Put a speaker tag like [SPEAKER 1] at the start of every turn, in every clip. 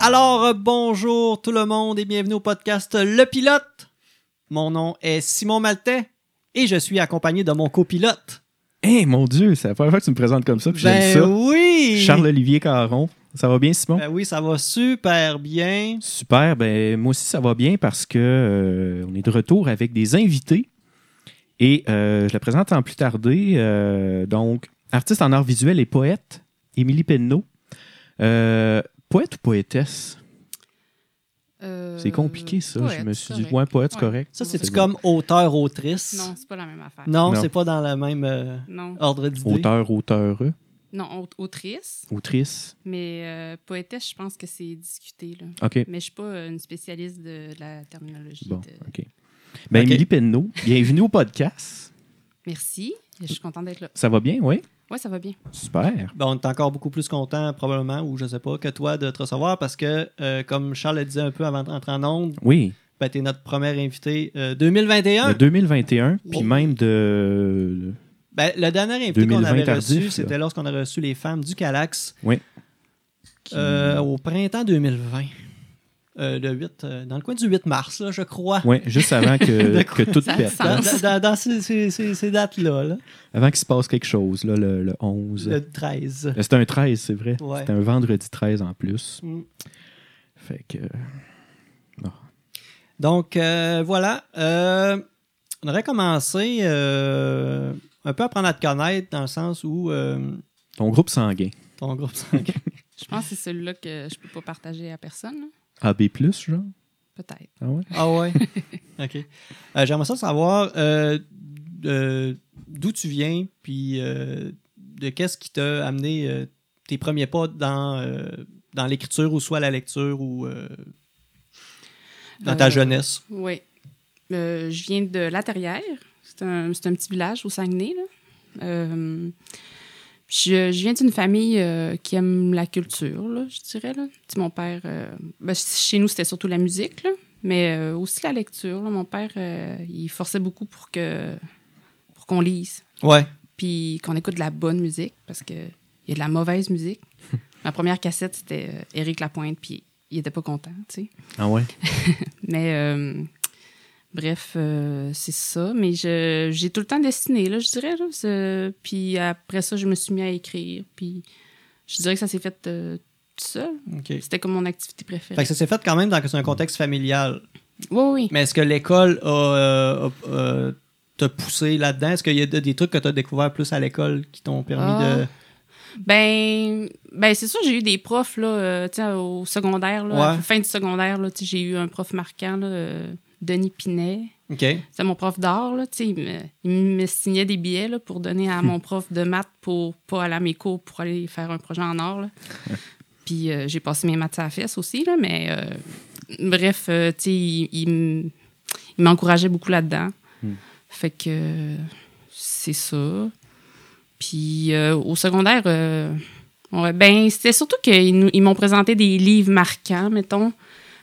[SPEAKER 1] Alors, euh, bonjour tout le monde et bienvenue au podcast Le Pilote. Mon nom est Simon Maltais et je suis accompagné de mon copilote. Ben
[SPEAKER 2] Eh mon Dieu, c'est la première fois que tu me présentes comme ça, puis j'aime ça.
[SPEAKER 1] oui!
[SPEAKER 2] Charles-Olivier Caron, ça va bien Simon?
[SPEAKER 1] Ben oui, ça va super bien.
[SPEAKER 2] Super, ben moi aussi ça va bien parce que euh, on est de retour avec des invités et euh, je la présente en plus tardé. euh, donc, artiste en arts visuels et poète, Émilie Penneau. Euh, poète ou poétesse? C'est compliqué ça. je me suis dit, Euh, ouais, poète, c'est
[SPEAKER 3] Euh, Ouais.
[SPEAKER 2] correct.
[SPEAKER 1] Ça,
[SPEAKER 2] C'est
[SPEAKER 1] c'est-tu
[SPEAKER 2] bon.
[SPEAKER 1] comme auteur-autrice?
[SPEAKER 3] Non, c'est pas la même affaire.
[SPEAKER 1] Non,
[SPEAKER 2] Non.
[SPEAKER 1] c'est pas dans le même euh,
[SPEAKER 3] Non,
[SPEAKER 1] ordre d'idée.
[SPEAKER 2] Auteur, auteur,
[SPEAKER 3] non aut- autrice,
[SPEAKER 2] autrice.
[SPEAKER 3] mais euh, poétesse, je pense que c'est discuté. Là.
[SPEAKER 2] OK.
[SPEAKER 3] Mais je suis pas euh, une spécialiste de, de la terminologie.
[SPEAKER 2] Bon,
[SPEAKER 3] de-
[SPEAKER 2] OK. Ben,
[SPEAKER 1] OK.
[SPEAKER 2] Émilie Penneau, bienvenue au podcast.
[SPEAKER 3] Merci, je suis contente d'être là.
[SPEAKER 2] Ça va bien, oui?
[SPEAKER 3] Ouais, ça va bien.
[SPEAKER 2] Super.
[SPEAKER 1] Ben, on est encore beaucoup plus content, probablement, ou je sais pas, que toi de te recevoir parce que, euh, comme Charles le disait un peu avant d'entrer en onde,
[SPEAKER 2] Oui,
[SPEAKER 1] ben, t'es notre premier invité euh,
[SPEAKER 2] de
[SPEAKER 1] 2021.
[SPEAKER 2] 2021, puis
[SPEAKER 1] Oh.
[SPEAKER 2] même de...
[SPEAKER 1] Ben, le dernier invité qu'on
[SPEAKER 2] 2020
[SPEAKER 1] avait reçu,
[SPEAKER 2] tardif,
[SPEAKER 1] c'était lorsqu'on a reçu les femmes du Calax
[SPEAKER 2] qui-
[SPEAKER 1] euh, au printemps 2020. Euh, le 8, euh, dans le coin du 8 mars, là, je crois.
[SPEAKER 2] Ouais, juste avant
[SPEAKER 1] De
[SPEAKER 2] que, que
[SPEAKER 1] quoi
[SPEAKER 2] tout
[SPEAKER 3] ça
[SPEAKER 2] pète.
[SPEAKER 3] sent?
[SPEAKER 1] Dans,
[SPEAKER 2] là.
[SPEAKER 1] dans- dans- dans ces, ces- ces- ces dates-là, là.
[SPEAKER 2] Avant qu'il se passe quelque chose, là, le, le 11.
[SPEAKER 1] le 13.
[SPEAKER 2] Euh, C'était un 13, c'est vrai.
[SPEAKER 1] Ouais.
[SPEAKER 2] C'était un vendredi 13 en plus.
[SPEAKER 1] Mm.
[SPEAKER 2] Fait que...
[SPEAKER 1] Donc, euh, voilà. Euh, on aurait commencé euh, un peu à prendre à te connaître dans le sens où euh,
[SPEAKER 2] Ton groupe sanguin.
[SPEAKER 1] ton groupe sanguin.
[SPEAKER 3] Je pense que c'est celui-là que je peux pas partager à personne, là.
[SPEAKER 2] AB+, genre?
[SPEAKER 3] peut-être.
[SPEAKER 2] Ah ouais?
[SPEAKER 1] Ah ouais? OK. Euh, J'aimerais ça savoir euh, euh, d'où tu viens, puis euh, de qu'est-ce qui t'a amené euh, tes premiers pas dans, euh, dans l'écriture, ou soit la lecture, ou euh, dans ta
[SPEAKER 3] Euh,
[SPEAKER 1] jeunesse.
[SPEAKER 3] Oui. Euh, je viens de La Terrière. C'est un, c'est un petit village au Saguenay. Là. Euh, je, je viens d'une famille euh, qui aime la culture, là, je dirais. Là. Tu sais, mon père, euh, ben, c- chez nous, c'était surtout la musique, là, mais euh, aussi la lecture. là. Mon père, euh, il forçait beaucoup pour que pour qu'on lise,
[SPEAKER 1] Ouais.
[SPEAKER 3] puis qu'on écoute de la bonne musique, parce que il y a de la mauvaise musique. Ma première cassette, c'était euh, Éric Lapointe, puis il était pas content, tu sais.
[SPEAKER 2] Ah ouais?
[SPEAKER 3] Mais euh, bref, euh, c'est ça. Mais je- j'ai tout le temps dessiné, là, je dirais. là. C'est- Puis après ça, je me suis mis à écrire. Puis je dirais que ça s'est fait euh, tout seul.
[SPEAKER 1] OK. Fait
[SPEAKER 3] C'était comme mon activité préférée.
[SPEAKER 1] que ça s'est fait quand même dans un contexte familial.
[SPEAKER 3] Oui, oui.
[SPEAKER 1] Mais est-ce que l'école a, euh, a- euh, t'a poussé là-dedans? Est-ce qu'il y a de- des trucs que tu as découvert plus à l'école qui t'ont permis
[SPEAKER 3] Ah.
[SPEAKER 1] de.
[SPEAKER 3] Ben, ben c'est sûr, j'ai eu des profs là, euh, tu sais, au secondaire, là, à
[SPEAKER 1] Ouais.
[SPEAKER 3] la fin du secondaire. là, tu sais, J'ai eu un prof marquant, là, euh, Denis Pinet.
[SPEAKER 1] OK.
[SPEAKER 3] C'était mon prof d'art, là, tu sais, il me, il me signait des billets là, pour donner à mon prof de maths pour pas aller à mes cours pour aller faire un projet en art. là. Puis euh, j'ai passé mes maths à la fesse aussi, là, mais euh, bref, euh, tu sais, il, il m- il m'encourageait beaucoup là-dedans.
[SPEAKER 2] Hmm.
[SPEAKER 3] Fait que euh, c'est ça. Puis euh, au secondaire, euh, ouais, ben, c'était surtout qu'ils nous- ils m'ont présenté des livres marquants, mettons.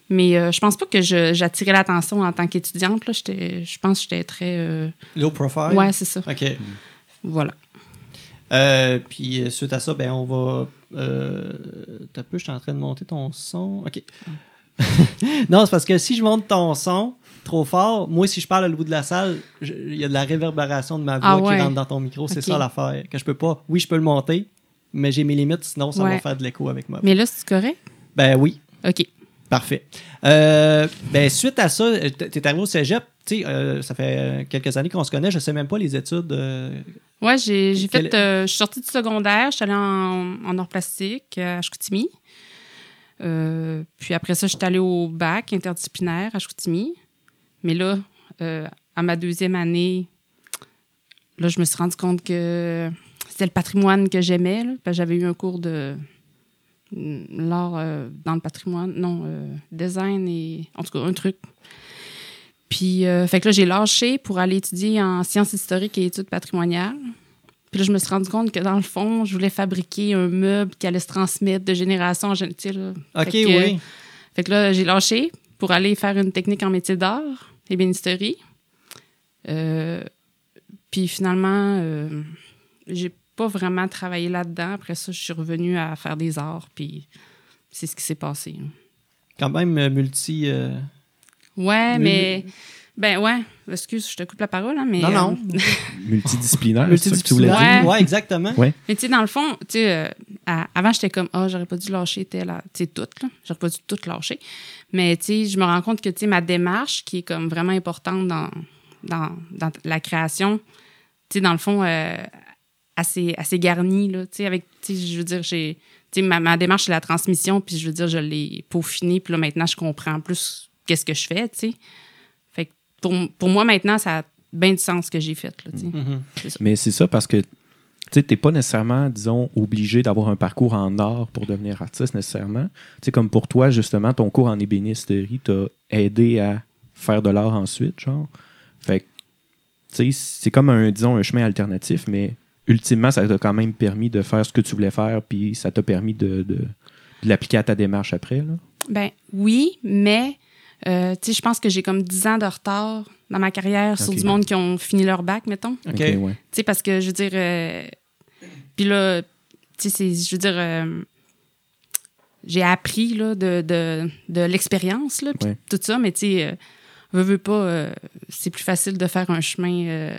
[SPEAKER 3] Mais euh, je pense pas que je- j'attirais l'attention en tant qu'étudiante. là. J'étais- Je pense que j'étais très. euh,
[SPEAKER 1] Low profile?
[SPEAKER 3] Ouais, c'est ça.
[SPEAKER 1] OK.
[SPEAKER 3] Voilà.
[SPEAKER 1] Euh, puis euh, suite à ça, ben on va. Euh, t'as peu, je suis en train de monter ton son. Ok. non, c'est parce que si je monte ton son trop fort, moi si je parle à le bout de la salle, je- il y a de la réverbération de ma voix
[SPEAKER 3] Ah
[SPEAKER 1] qui
[SPEAKER 3] ouais.
[SPEAKER 1] rentre dans ton micro. C'est
[SPEAKER 3] Ok.
[SPEAKER 1] ça l'affaire. Que je peux pas. Oui, je peux le monter, mais j'ai mes limites, sinon ça va
[SPEAKER 3] Ouais.
[SPEAKER 1] faire de l'écho avec moi.
[SPEAKER 3] Mais là, c'est correct?
[SPEAKER 1] Ben oui.
[SPEAKER 3] OK.
[SPEAKER 1] Parfait. Euh, ben, suite à ça, euh, t- t'es arrivé au cégep. Tu sais, euh, ça fait euh, quelques années qu'on se connaît. Je sais même pas les études. euh,
[SPEAKER 3] Ouais, j'ai j'ai
[SPEAKER 1] Quel-
[SPEAKER 3] fait. euh, je suis sortie du secondaire, je suis allée en, en art plastique à Chicoutimi. Euh, puis après ça, je suis allée au bac interdisciplinaire à Chicoutimi. Mais là, euh, à ma deuxième année, là, je me suis rendu compte que c'était le patrimoine que j'aimais. là, parce que J'avais eu un cours de mm, l'art euh, dans le patrimoine, non, euh, design et en tout cas un truc. Puis, euh, fait que là, j'ai lâché pour aller étudier en sciences historiques et études patrimoniales. Puis là, je me suis rendu compte que dans le fond, je voulais fabriquer un meuble qui allait se transmettre de génération en génération.
[SPEAKER 1] Ok,
[SPEAKER 3] Fait que-
[SPEAKER 1] oui.
[SPEAKER 3] Fait que là, j'ai lâché pour aller faire une technique en métier d'art, ébénisterie. Euh, puis finalement, euh, j'ai pas vraiment travaillé là-dedans. Après ça, je suis revenue à faire des arts, puis c'est ce qui s'est passé.
[SPEAKER 1] quand même euh, multi. euh,
[SPEAKER 3] Ouais,
[SPEAKER 1] Oui.
[SPEAKER 3] mais. Ben ouais, excuse, je te coupe la parole, hein, mais.
[SPEAKER 1] non, non.
[SPEAKER 3] euh,
[SPEAKER 2] Multidisciplinaire, c'est ça que tu voulais dire?
[SPEAKER 1] Multidisciplinaire.
[SPEAKER 3] dire?
[SPEAKER 1] Ouais, exactement.
[SPEAKER 2] Ouais.
[SPEAKER 3] mais tu sais, dans le fond, tu sais, euh, à- avant, j'étais comme, ah, j'aurais pas dû lâcher telle. Tu sais, tout, là. J'aurais pas dû tout lâcher. Mais tu sais, je me rends compte que, tu sais, ma démarche, qui est comme vraiment importante dans, dans, dans la création, tu sais, dans le fond, euh, assez, assez garnie, là. Tu sais, avec. Tu sais, je veux dire, j'ai. Tu sais, ma, ma démarche, c'est la transmission, puis je veux dire, je l'ai peaufinée, puis là, maintenant, je comprends plus qu'est-ce que je fais, tu sais. Fait que pour, pour moi, maintenant, ça a bien du sens ce que j'ai fait, là, tu sais.
[SPEAKER 1] Mhm.
[SPEAKER 2] Mais c'est ça parce que tu sais, t'es pas nécessairement, disons, obligé d'avoir un parcours en art pour devenir artiste nécessairement. Tu sais, comme pour toi, justement, ton cours en ébénisterie t'a aidé à faire de l'art ensuite, genre. Fait que, tu sais, c'est comme un, disons, un chemin alternatif, mais ultimement, ça t'a quand même permis de faire ce que tu voulais faire, puis ça t'a permis de, de, de l'appliquer à ta démarche après, là.
[SPEAKER 3] Ben oui, mais euh, tu sais, je pense que j'ai comme 10 ans de retard dans ma carrière sur
[SPEAKER 2] Ok.
[SPEAKER 3] du monde qui ont fini leur bac, mettons. Tu
[SPEAKER 1] OK.
[SPEAKER 2] Ok, ouais.
[SPEAKER 3] sais, parce que je veux dire. euh, Puis là, tu sais, c'est- je veux dire. euh, j'ai appris là, de, de, de l'expérience, là, puis
[SPEAKER 2] Ouais.
[SPEAKER 3] tout ça, mais tu sais, euh, veux, veux pas, euh, c'est plus facile de faire un chemin. euh,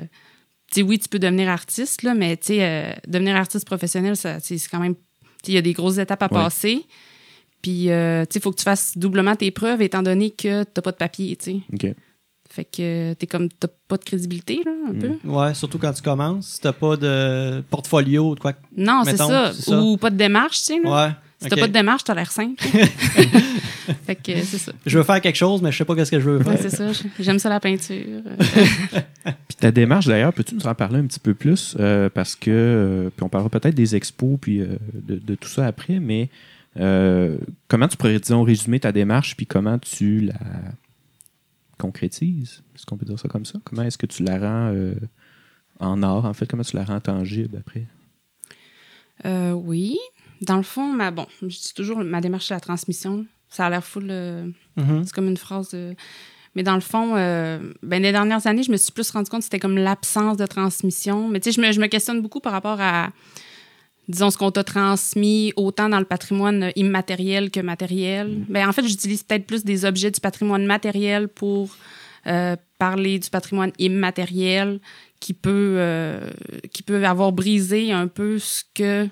[SPEAKER 3] tu sais, oui, tu peux devenir artiste, là, mais tu sais, euh, devenir artiste professionnel, ça, tu sais, c'est quand même. tu sais, Il y a des grosses étapes à
[SPEAKER 2] Ouais.
[SPEAKER 3] passer. Puis, euh, tu sais, il faut que tu fasses doublement tes preuves étant donné que t'as pas de papier, tu sais.
[SPEAKER 2] OK.
[SPEAKER 3] Fait que t'es comme, t'as pas de crédibilité, là, un
[SPEAKER 2] Mm.
[SPEAKER 3] peu.
[SPEAKER 1] Ouais, surtout quand tu commences, si t'as pas de portfolio ou de quoi. que-
[SPEAKER 3] Non, c'est
[SPEAKER 1] Mettons,
[SPEAKER 3] ça.
[SPEAKER 1] c'est ça.
[SPEAKER 3] Ou pas de démarche, tu sais. là.
[SPEAKER 1] Ouais.
[SPEAKER 3] Mm. Si
[SPEAKER 1] ok.
[SPEAKER 3] t'as pas de démarche, t'as l'air simple. fait que euh, c'est ça.
[SPEAKER 1] Je veux faire quelque chose, mais je sais pas qu'est-ce que je veux
[SPEAKER 3] Ouais,
[SPEAKER 1] faire.
[SPEAKER 3] c'est ça. J'aime ça la peinture.
[SPEAKER 2] Puis ta démarche, d'ailleurs, peux-tu nous en parler un petit peu plus? Euh, parce que, euh, puis on parlera peut-être des expos, puis euh, de, de tout ça après, mais euh, comment tu pourrais, disons, résumer ta démarche, puis comment tu la concrétises? Est-ce qu'on peut dire ça comme ça? Comment est-ce que tu la rends euh, en art, en fait? Comment tu la rends tangible après?
[SPEAKER 3] Euh, oui. Dans le fond, ma, bon, je dis toujours ma démarche, c'est la transmission. Ça a l'air full. euh,
[SPEAKER 1] Mhm.
[SPEAKER 3] C'est comme une phrase de- Mais dans le fond, euh, ben, les dernières années, je me suis plus rendu compte que c'était comme l'absence de transmission. Mais tu sais, je me, je me questionne beaucoup par rapport à, disons, ce qu'on t'a transmis, autant dans le patrimoine immatériel que matériel. Ben, en fait, j'utilise peut-être plus des objets du patrimoine matériel pour euh, parler du patrimoine immatériel qui peut, euh, qui peut avoir brisé un peu ce que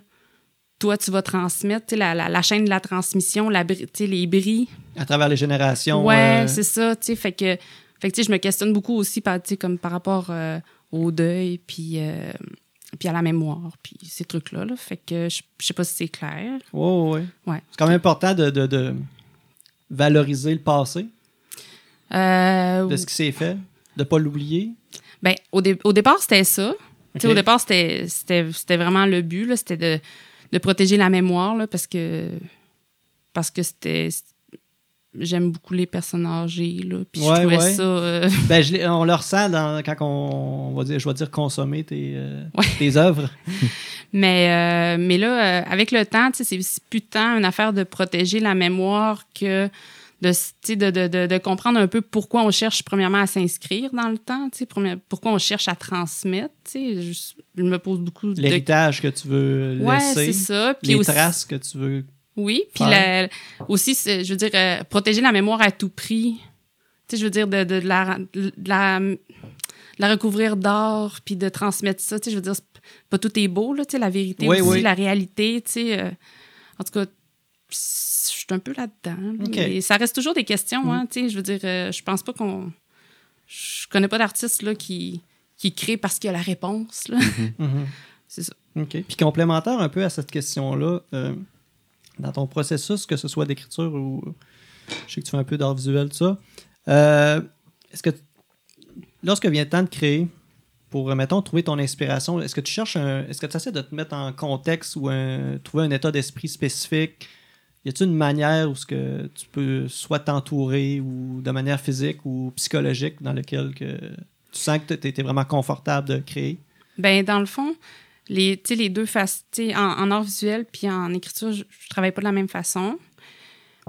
[SPEAKER 3] toi, tu vas transmettre, Tu sais, la, la- la chaîne de la transmission, la, bri- tu sais, les bris
[SPEAKER 1] À travers les générations.
[SPEAKER 3] ouais,
[SPEAKER 1] euh,
[SPEAKER 3] c'est ça, tu sais, fait que fait que tu sais, je me questionne beaucoup aussi par tu sais, comme par rapport euh, au deuil puis euh, puis à la mémoire, puis ces trucs-là. là. Fait que je je sais pas si c'est clair.
[SPEAKER 1] ouais, ouais.
[SPEAKER 3] Ouais.
[SPEAKER 1] C'est quand même important de, de- de valoriser le passé,
[SPEAKER 3] Euh,
[SPEAKER 1] de ce qui s'est fait, de pas l'oublier.
[SPEAKER 3] ben, au, dé- au départ, c'était ça. Tu sais,
[SPEAKER 1] Ok.
[SPEAKER 3] Au départ, c'était- c'était c'était vraiment le but, là, c'était de, de protéger la mémoire, là, parce que parce que c'était... J'aime beaucoup les personnes âgées, là, puis
[SPEAKER 1] Ouais,
[SPEAKER 3] je trouvais
[SPEAKER 1] ouais.
[SPEAKER 3] ça... euh,
[SPEAKER 1] Ben, je l'ai- on le ressent dans- quand on, on va dire, je vais dire consommer tes, euh,
[SPEAKER 3] Ouais.
[SPEAKER 1] tes œuvres.
[SPEAKER 3] Mais, euh, mais là, euh, avec le temps, tu sais, c'est c'est plus tant une affaire de protéger la mémoire que de, s- tu sais, de, de, de, de comprendre un peu pourquoi on cherche premièrement à s'inscrire dans le temps, tu sais, première- pourquoi on cherche à transmettre. tu sais. Je, je me pose beaucoup de
[SPEAKER 1] L'héritage que tu veux
[SPEAKER 3] Ouais, c'est
[SPEAKER 1] laisser,
[SPEAKER 3] ça. Puis
[SPEAKER 1] les
[SPEAKER 3] aussi-
[SPEAKER 1] traces que tu veux.
[SPEAKER 3] oui, puis
[SPEAKER 1] Faire.
[SPEAKER 3] la- aussi, c'est- je veux dire, euh, protéger la mémoire à tout prix. Tu sais, je veux dire, de, de, de la, de, la, de la recouvrir d'or, puis de transmettre ça. Tu sais, je veux dire, c'est p- pas tout est beau, là, tu sais, la vérité
[SPEAKER 1] Oui,
[SPEAKER 3] aussi,
[SPEAKER 1] oui.
[SPEAKER 3] la réalité, tu sais. euh, en tout cas, je suis un peu là-dedans. là,
[SPEAKER 1] OK. Mm.
[SPEAKER 3] Mais ça reste toujours des questions, hein, tu sais. Je veux dire, euh, je pense pas qu'on... Je connais pas d'artiste, là, qui, qui crée parce qu'il y a la réponse, là.
[SPEAKER 1] Mhm.
[SPEAKER 3] C'est ça.
[SPEAKER 1] OK. Puis complémentaire un peu à cette question-là, euh, dans ton processus, que ce soit d'écriture ou. Je sais que tu fais un peu d'art visuel, tout ça. euh, est-ce que. Lorsque vient le temps de créer, pour, euh, mettons, trouver ton inspiration, est-ce que tu cherches un. Est-ce que tu essaies de te mettre en contexte ou un- trouver un état d'esprit spécifique? Y a-t-il une manière où ce que tu peux soit t'entourer ou de manière physique ou psychologique dans lequel que tu sens que tu étais vraiment confortable de créer?
[SPEAKER 3] Ben dans le fond, les, tu sais, les deux faces, tu sais, en, en art visuel puis en écriture, je, je travaille pas de la même façon.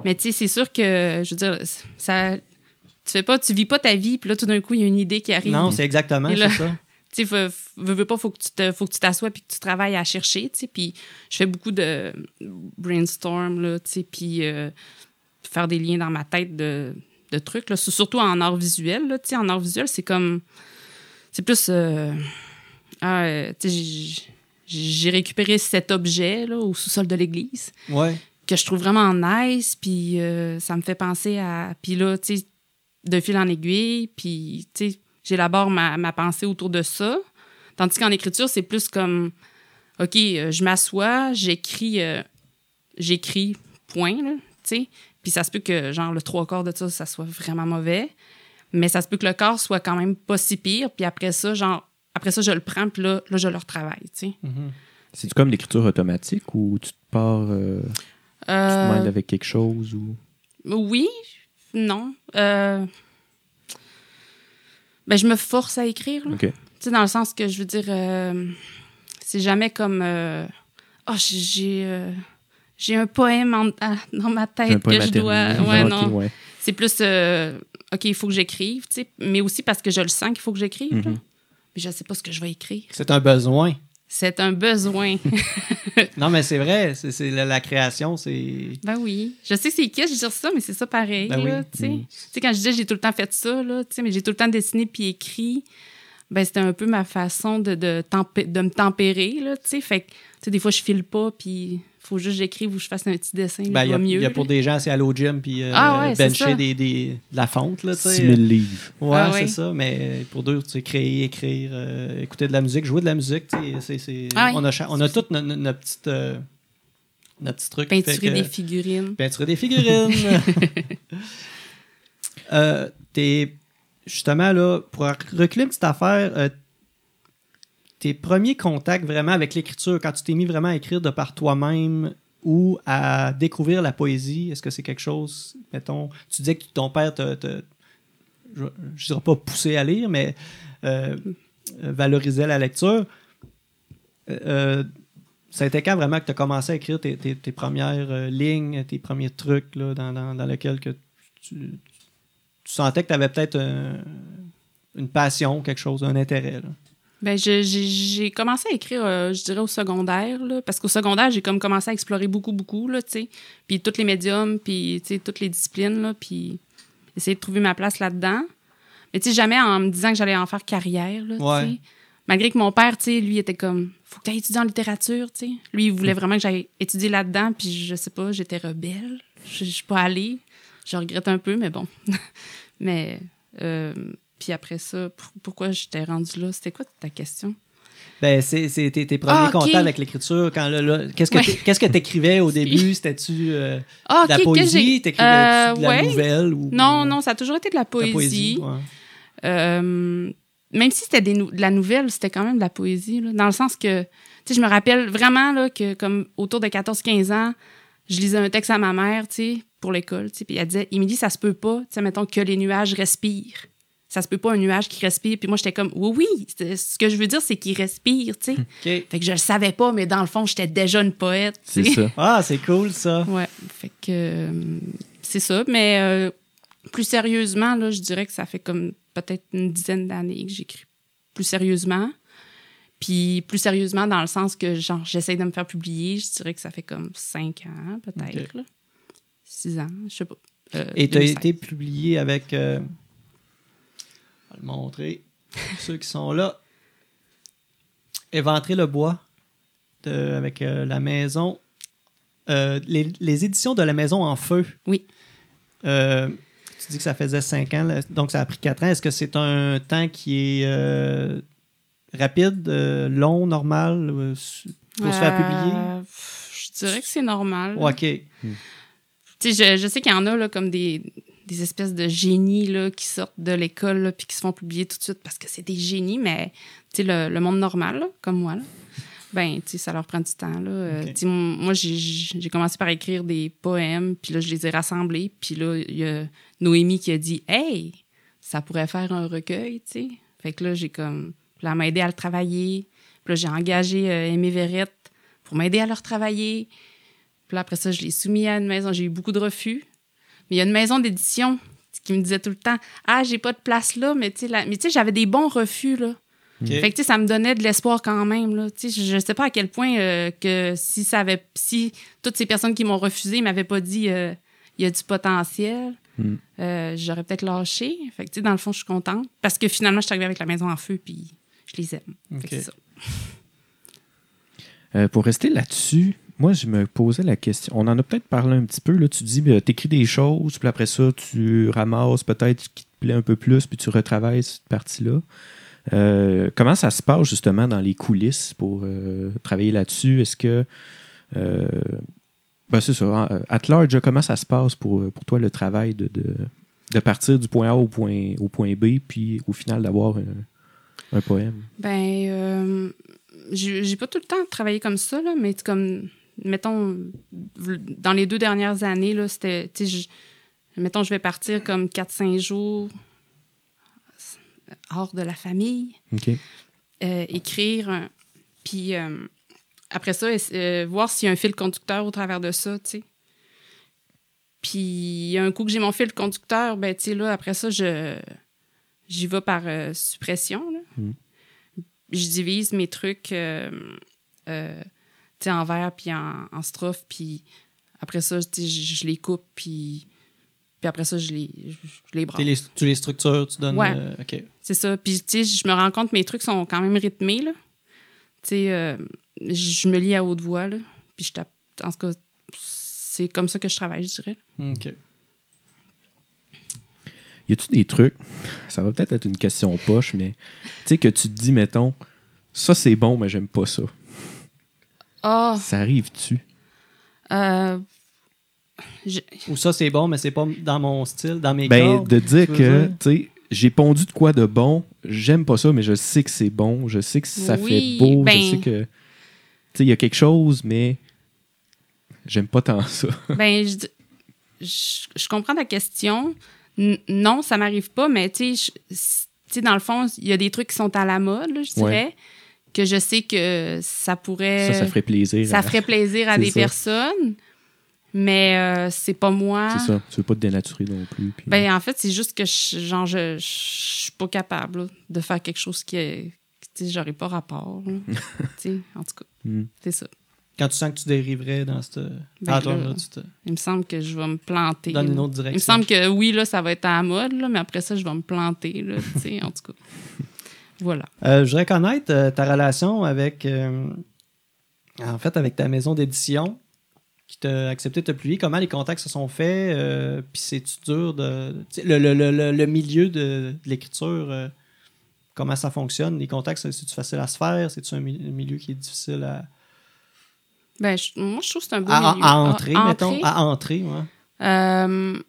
[SPEAKER 3] Mais tu sais, c'est sûr que, je veux dire, ça, tu fais pas, tu vis pas ta vie puis là tout d'un coup il y a une idée qui arrive.
[SPEAKER 1] Non, c'est exactement
[SPEAKER 3] Et
[SPEAKER 1] c'est
[SPEAKER 3] là-
[SPEAKER 1] ça.
[SPEAKER 3] Tu sais, veux, veux- veux pas, faut que tu te, faut que tu t'assoies puis que tu travailles à chercher, tu sais. Puis je fais beaucoup de brainstorm là, tu sais, puis euh, faire des liens dans ma tête de, de trucs, là. C'est surtout en art visuel. Là. Tu sais, En art visuel, c'est comme. C'est plus. euh, ah, euh, tu sais, j'ai- j'ai récupéré cet objet là, au sous-sol de l'église
[SPEAKER 1] Ouais.
[SPEAKER 3] que je trouve vraiment nice, puis euh, ça me fait penser à... Puis là, tu sais, de fil en aiguille, puis tu sais, j'élabore ma, ma pensée autour de ça. Tandis qu'en écriture, c'est plus comme, OK, euh, je m'assois, j'écris, euh, j'écris, point, là, tu sais. Puis ça se peut que, genre, le trois quarts de ça, ça soit vraiment mauvais. Mais ça se peut que le corps soit quand même pas si pire. Puis après ça, genre, après ça, je le prends, puis là, là je le retravaille, tu sais.
[SPEAKER 1] Mhm.
[SPEAKER 2] C'est comme l'écriture automatique ou tu te pars, euh, tu te
[SPEAKER 3] Euh,
[SPEAKER 2] mêles avec quelque chose ou.
[SPEAKER 3] Oui, non. Euh, Ben, je me force à écrire. là.
[SPEAKER 2] Ok.
[SPEAKER 3] Tu sais, dans le sens que je veux dire, euh, c'est jamais comme. euh, Ah, j'ai- j'ai. euh, J'ai un poème en- ah, dans ma
[SPEAKER 2] J'ai un
[SPEAKER 3] tête que
[SPEAKER 2] poème
[SPEAKER 3] je dois.
[SPEAKER 2] maternel.
[SPEAKER 3] Ouais,
[SPEAKER 2] Ah,
[SPEAKER 3] non.
[SPEAKER 2] ok, ouais.
[SPEAKER 3] C'est plus, euh, OK, il faut que j'écrive, tu sais, mais aussi parce que je le sens qu'il faut que j'écrive. là.
[SPEAKER 2] Mhm.
[SPEAKER 3] Mais je sais pas ce que je vais écrire.
[SPEAKER 1] C'est un besoin.
[SPEAKER 3] C'est un besoin.
[SPEAKER 1] Non, mais c'est vrai. C'est, c'est la, la création, c'est.
[SPEAKER 3] Ben oui. Je sais c'est qui, je dis ça, mais c'est ça pareil.
[SPEAKER 1] Ben
[SPEAKER 3] là,
[SPEAKER 1] oui.
[SPEAKER 3] tu sais.
[SPEAKER 2] Mm.
[SPEAKER 3] Tu sais, quand je disais j'ai tout le temps fait ça, là, tu sais, mais j'ai tout le temps dessiné puis écrit, ben c'était un peu ma façon de, de, tempé- de me tempérer. Là, tu sais. fait que, tu sais, des fois, je file pas, puis faut juste que j'écrive ou je fasse un petit dessin.
[SPEAKER 1] Ben,
[SPEAKER 3] là,
[SPEAKER 1] il y
[SPEAKER 3] va
[SPEAKER 1] a,
[SPEAKER 3] mieux.
[SPEAKER 1] il y a
[SPEAKER 3] là.
[SPEAKER 1] pour des gens, c'est aller au gym puis euh,
[SPEAKER 3] Ah ouais, c'est ça.
[SPEAKER 1] bencher des, des- de la fonte, là, tu sais.
[SPEAKER 2] 6000 livres.
[SPEAKER 1] Ouais,
[SPEAKER 3] Ah
[SPEAKER 1] c'est
[SPEAKER 3] ouais.
[SPEAKER 1] ça. Mais pour d'autres, c'est créer, écrire, euh, écouter de la musique, jouer de la musique. tu sais, c'est- c'est-
[SPEAKER 3] Ah ouais.
[SPEAKER 1] on, a, cha- on a toutes nos, nos- nos petites, euh, nos petits trucs. qui fait
[SPEAKER 3] Peinturer
[SPEAKER 1] que-
[SPEAKER 3] des figurines.
[SPEAKER 1] Peinturer des figurines. Euh, t'es- justement, là, pour reculer une petite affaire, euh, tes premiers contacts vraiment avec l'écriture, quand tu t'es mis vraiment à écrire de par toi-même ou à découvrir la poésie, est-ce que c'est quelque chose, mettons, tu disais que ton père te, te- je ne dirais pas poussé à lire, mais euh, valorisait la lecture. Euh, euh, ça a été quand vraiment que tu as commencé à écrire tes, tes- tes premières euh, lignes, tes premiers trucs là, dans, dans, dans lesquels que tu, tu sentais que tu avais peut-être un- une passion, quelque chose, un intérêt. là.
[SPEAKER 3] Ben, je- j'ai j'ai commencé à écrire, euh, je dirais, au secondaire, là, parce qu'au secondaire, j'ai comme commencé à explorer beaucoup, beaucoup, là, tu sais. Puis tous les médiums, puis, tu sais, toutes les disciplines, là, puis essayer de trouver ma place là-dedans. Mais, tu sais, jamais en me disant que j'allais en faire carrière, là, tu sais.
[SPEAKER 1] Ouais.
[SPEAKER 3] Malgré que mon père, tu sais, lui, était comme, faut que tu étudier en littérature, tu sais. Lui, il voulait vraiment que j'aille étudier là-dedans, puis je sais pas, j'étais rebelle. Je je suis pas allée. Je regrette un peu, mais bon. mais, euh, puis après ça, pour- pourquoi j'étais rendue là? C'était quoi ta question?
[SPEAKER 1] Ben, c'est c'est tes, tes premiers
[SPEAKER 3] Ah, ok.
[SPEAKER 1] contacts avec l'écriture. quand là, là, Qu'est-ce que
[SPEAKER 3] Ouais.
[SPEAKER 1] t'é- qu'est-ce que tu écrivais au
[SPEAKER 3] Excuse.
[SPEAKER 1] début? C'était-tu euh,
[SPEAKER 3] Ah,
[SPEAKER 1] de la
[SPEAKER 3] ok, ok,
[SPEAKER 1] poésie?
[SPEAKER 3] j'ai-
[SPEAKER 1] T'écrivais-tu
[SPEAKER 3] Euh,
[SPEAKER 1] de la
[SPEAKER 3] ouais.
[SPEAKER 1] nouvelle? Ou,
[SPEAKER 3] Non,
[SPEAKER 1] ou
[SPEAKER 3] non, ça a toujours été de la
[SPEAKER 1] de
[SPEAKER 3] poésie.
[SPEAKER 1] la ouais.
[SPEAKER 3] Euh, même si c'était des nou- de la nouvelle, c'était quand même de la poésie, là, dans le sens que, tu sais, je me rappelle vraiment là, que, comme autour de 14-15 ans, je lisais un texte à ma mère, tu sais, pour l'école, tu sais, puis elle disait, Émilie, ça se peut pas, tu sais, mettons que les nuages respirent. Ça se peut pas un nuage qui respire. Puis moi, j'étais comme, oui, oui, c'est- ce que je veux dire, c'est qu'il respire, tu sais.
[SPEAKER 1] OK.
[SPEAKER 3] Fait que je le savais pas, mais dans le fond, j'étais déjà une poète. tu
[SPEAKER 2] C'est
[SPEAKER 3] sais.
[SPEAKER 2] ça.
[SPEAKER 1] Ah, c'est cool ça.
[SPEAKER 3] Ouais, fait que euh, c'est ça. Mais euh, plus sérieusement, là, je dirais que ça fait comme peut-être une dizaine d'années que j'écris plus sérieusement. Puis plus sérieusement dans le sens que genre j'essaie de me faire publier, je dirais que ça fait comme cinq ans peut-être, là. six ans, je sais pas. Euh,
[SPEAKER 1] Et tu as
[SPEAKER 3] 2016.
[SPEAKER 1] été publié avec. euh, on va le montrer. ceux qui sont là. Éventrer le bois de- avec euh, la maison. Euh, les, les éditions de la maison en feu.
[SPEAKER 3] Oui.
[SPEAKER 1] Euh, tu dis que ça faisait 5 ans, là, donc ça a pris 4 ans. Est-ce que c'est un temps qui est euh, rapide, euh, long, normal euh, su- pour se faire publier?
[SPEAKER 3] Euh, pff, Je dirais que c'est normal.
[SPEAKER 1] Ouais, ok.
[SPEAKER 3] Tu sais, je, je sais qu'il y en a là, comme des, des espèces de génies là, qui sortent de l'école là, puis qui se font publier tout de suite parce que c'est des génies, mais tu sais, le, le monde normal, là, comme moi, là, ben, tu sais, ça leur prend du temps. Là. Euh,
[SPEAKER 1] Ok.
[SPEAKER 3] tu sais, m- moi, j'ai- j'ai commencé par écrire des poèmes, puis là, je les ai rassemblés, puis là, il y a Noémie qui a dit Hey, ça pourrait faire un recueil, tu sais. Fait que là, j'ai comme. Puis là, elle m'a aidé à le travailler. Puis là, j'ai engagé euh, Aimé Verrette pour m'aider à le retravailler. Puis là, après ça, je l'ai soumis à une maison. J'ai eu beaucoup de refus. Mais il y a une maison d'édition qui me disait tout le temps Ah, j'ai pas de place là, mais tu sais, la- mais tu sais, j'avais des bons refus, là.
[SPEAKER 1] Ok.
[SPEAKER 3] Fait que, tu sais, ça me donnait de l'espoir quand même, là. Tu sais, je, je sais pas à quel point euh, que si ça avait... Si toutes ces personnes qui m'ont refusé m'avaient pas dit euh, il y a du potentiel.
[SPEAKER 2] Mm.
[SPEAKER 3] Euh, j'aurais peut-être lâché. Fait que, tu sais, dans le fond, je suis contente. Parce que finalement, je suis arrivée avec la maison en feu, puis je les aime. Fait que
[SPEAKER 1] Ok.
[SPEAKER 3] c'est ça.
[SPEAKER 2] Euh, pour rester là-dessus, moi, je me posais la question. On en a peut-être parlé un petit peu. Là, tu dis, tu écris des choses, puis après ça, tu ramasses peut-être ce qui te plaît un peu plus, puis tu retravailles cette partie-là. Euh, comment ça se passe justement dans les coulisses pour euh, travailler là-dessus? Est-ce que. euh, ben, c'est ça. en- At large, comment ça se passe pour, pour toi le travail de, de, de partir du point A au point, au point B, puis au final d'avoir un, un poème?
[SPEAKER 3] Ben, euh, j'ai j'ai pas tout le temps travaillé comme ça, là, mais c'est comme, mettons, dans les deux dernières années, là, c'était, tu sais, je- mettons, je vais partir comme 4-5 jours hors de la famille,
[SPEAKER 2] OK.
[SPEAKER 3] euh, écrire, un- puis euh, après ça, ess- euh, voir s'il y a un fil conducteur au travers de ça, tu sais. Puis un coup que j'ai mon fil conducteur, ben tu sais, là, après ça, je j'y vais par euh, suppression, là.
[SPEAKER 2] Mm.
[SPEAKER 3] Je divise mes trucs, euh, euh, tu sais, en vers, puis en, en strophe, puis après ça, tu sais, je je les coupe, puis... Puis après ça, je les, je- je les brasse.
[SPEAKER 1] T'es les- tu les structures, tu donnes.
[SPEAKER 3] Ouais.
[SPEAKER 1] euh, OK.
[SPEAKER 3] C'est ça. Puis, tu sais, je me rends compte que mes trucs sont quand même rythmés, là. Tu sais, euh, je me lis à haute voix, là. Puis je tape. En tout cas, c'est comme ça que je travaille, je dirais.
[SPEAKER 1] OK.
[SPEAKER 2] Y a-tu des trucs, ça va peut-être être une question poche, mais tu sais, que tu te dis, mettons, ça c'est bon, mais j'aime pas ça.
[SPEAKER 3] Ah!
[SPEAKER 2] Ça arrive-tu?
[SPEAKER 3] euh,
[SPEAKER 1] Ou ça, c'est bon, mais c'est pas dans mon style, dans mes
[SPEAKER 2] Ben,
[SPEAKER 1] cordes,
[SPEAKER 2] de dire
[SPEAKER 1] tu veux
[SPEAKER 2] que,
[SPEAKER 1] dire?
[SPEAKER 2] tu sais, j'ai pondu de quoi de bon, j'aime pas ça, mais je sais que c'est bon, je sais que ça
[SPEAKER 3] Oui,
[SPEAKER 2] fait beau,
[SPEAKER 3] ben-
[SPEAKER 2] je sais que, tu sais, il y a quelque chose, mais j'aime pas tant ça.
[SPEAKER 3] ben, je, di- je, je comprends ta question. N- non, ça m'arrive pas, mais tu sais, je- si- tu sais, dans le fond, il y a des trucs qui sont à la mode, là, je dirais, que je sais que ça pourrait.
[SPEAKER 2] ça, ça ferait plaisir.
[SPEAKER 3] Euh, ça
[SPEAKER 2] à-
[SPEAKER 3] ferait plaisir à
[SPEAKER 2] C'est
[SPEAKER 3] des
[SPEAKER 2] ça.
[SPEAKER 3] personnes, mais euh, c'est pas moi.
[SPEAKER 2] C'est ça, tu veux pas te dénaturer non plus. puis-
[SPEAKER 3] Ben, en fait, c'est juste que je, genre, je, je suis pas capable là, de faire quelque chose qui est. que, Tu sais, j'aurais pas rapport. là. Tu sais, en tout cas,
[SPEAKER 2] Hmm.
[SPEAKER 3] c'est ça.
[SPEAKER 1] Quand tu sens que tu dériverais dans cette
[SPEAKER 3] Ben
[SPEAKER 1] pattern-là,
[SPEAKER 3] là.
[SPEAKER 1] tu te
[SPEAKER 3] Il me semble que je vais me planter.
[SPEAKER 1] donnes une
[SPEAKER 3] là.
[SPEAKER 1] autre
[SPEAKER 3] Il me
[SPEAKER 1] direction.
[SPEAKER 3] semble que oui, là, ça va être à la mode, là, mais après ça, je vais me planter. Là, tu sais, en tout cas. Voilà.
[SPEAKER 1] Euh, je voudrais connaître euh, ta relation avec, euh, en fait, avec ta maison d'édition qui t'a accepté de te publier. Comment les contacts se sont faits? euh, Puis c'est-tu dur de... tu sais, Le, le- le- le- le milieu de, de l'écriture, euh, comment ça fonctionne? Les contacts, c'est- c'est-tu facile à se faire? C'est-tu un mi- un milieu qui est difficile à,
[SPEAKER 3] Ben, je- moi, je trouve que c'est un beau
[SPEAKER 1] à- à-
[SPEAKER 3] milieu.
[SPEAKER 1] à entrer,
[SPEAKER 3] Ah,
[SPEAKER 1] mettons?
[SPEAKER 3] entrer.
[SPEAKER 1] À entrer, ouais.
[SPEAKER 3] Euh,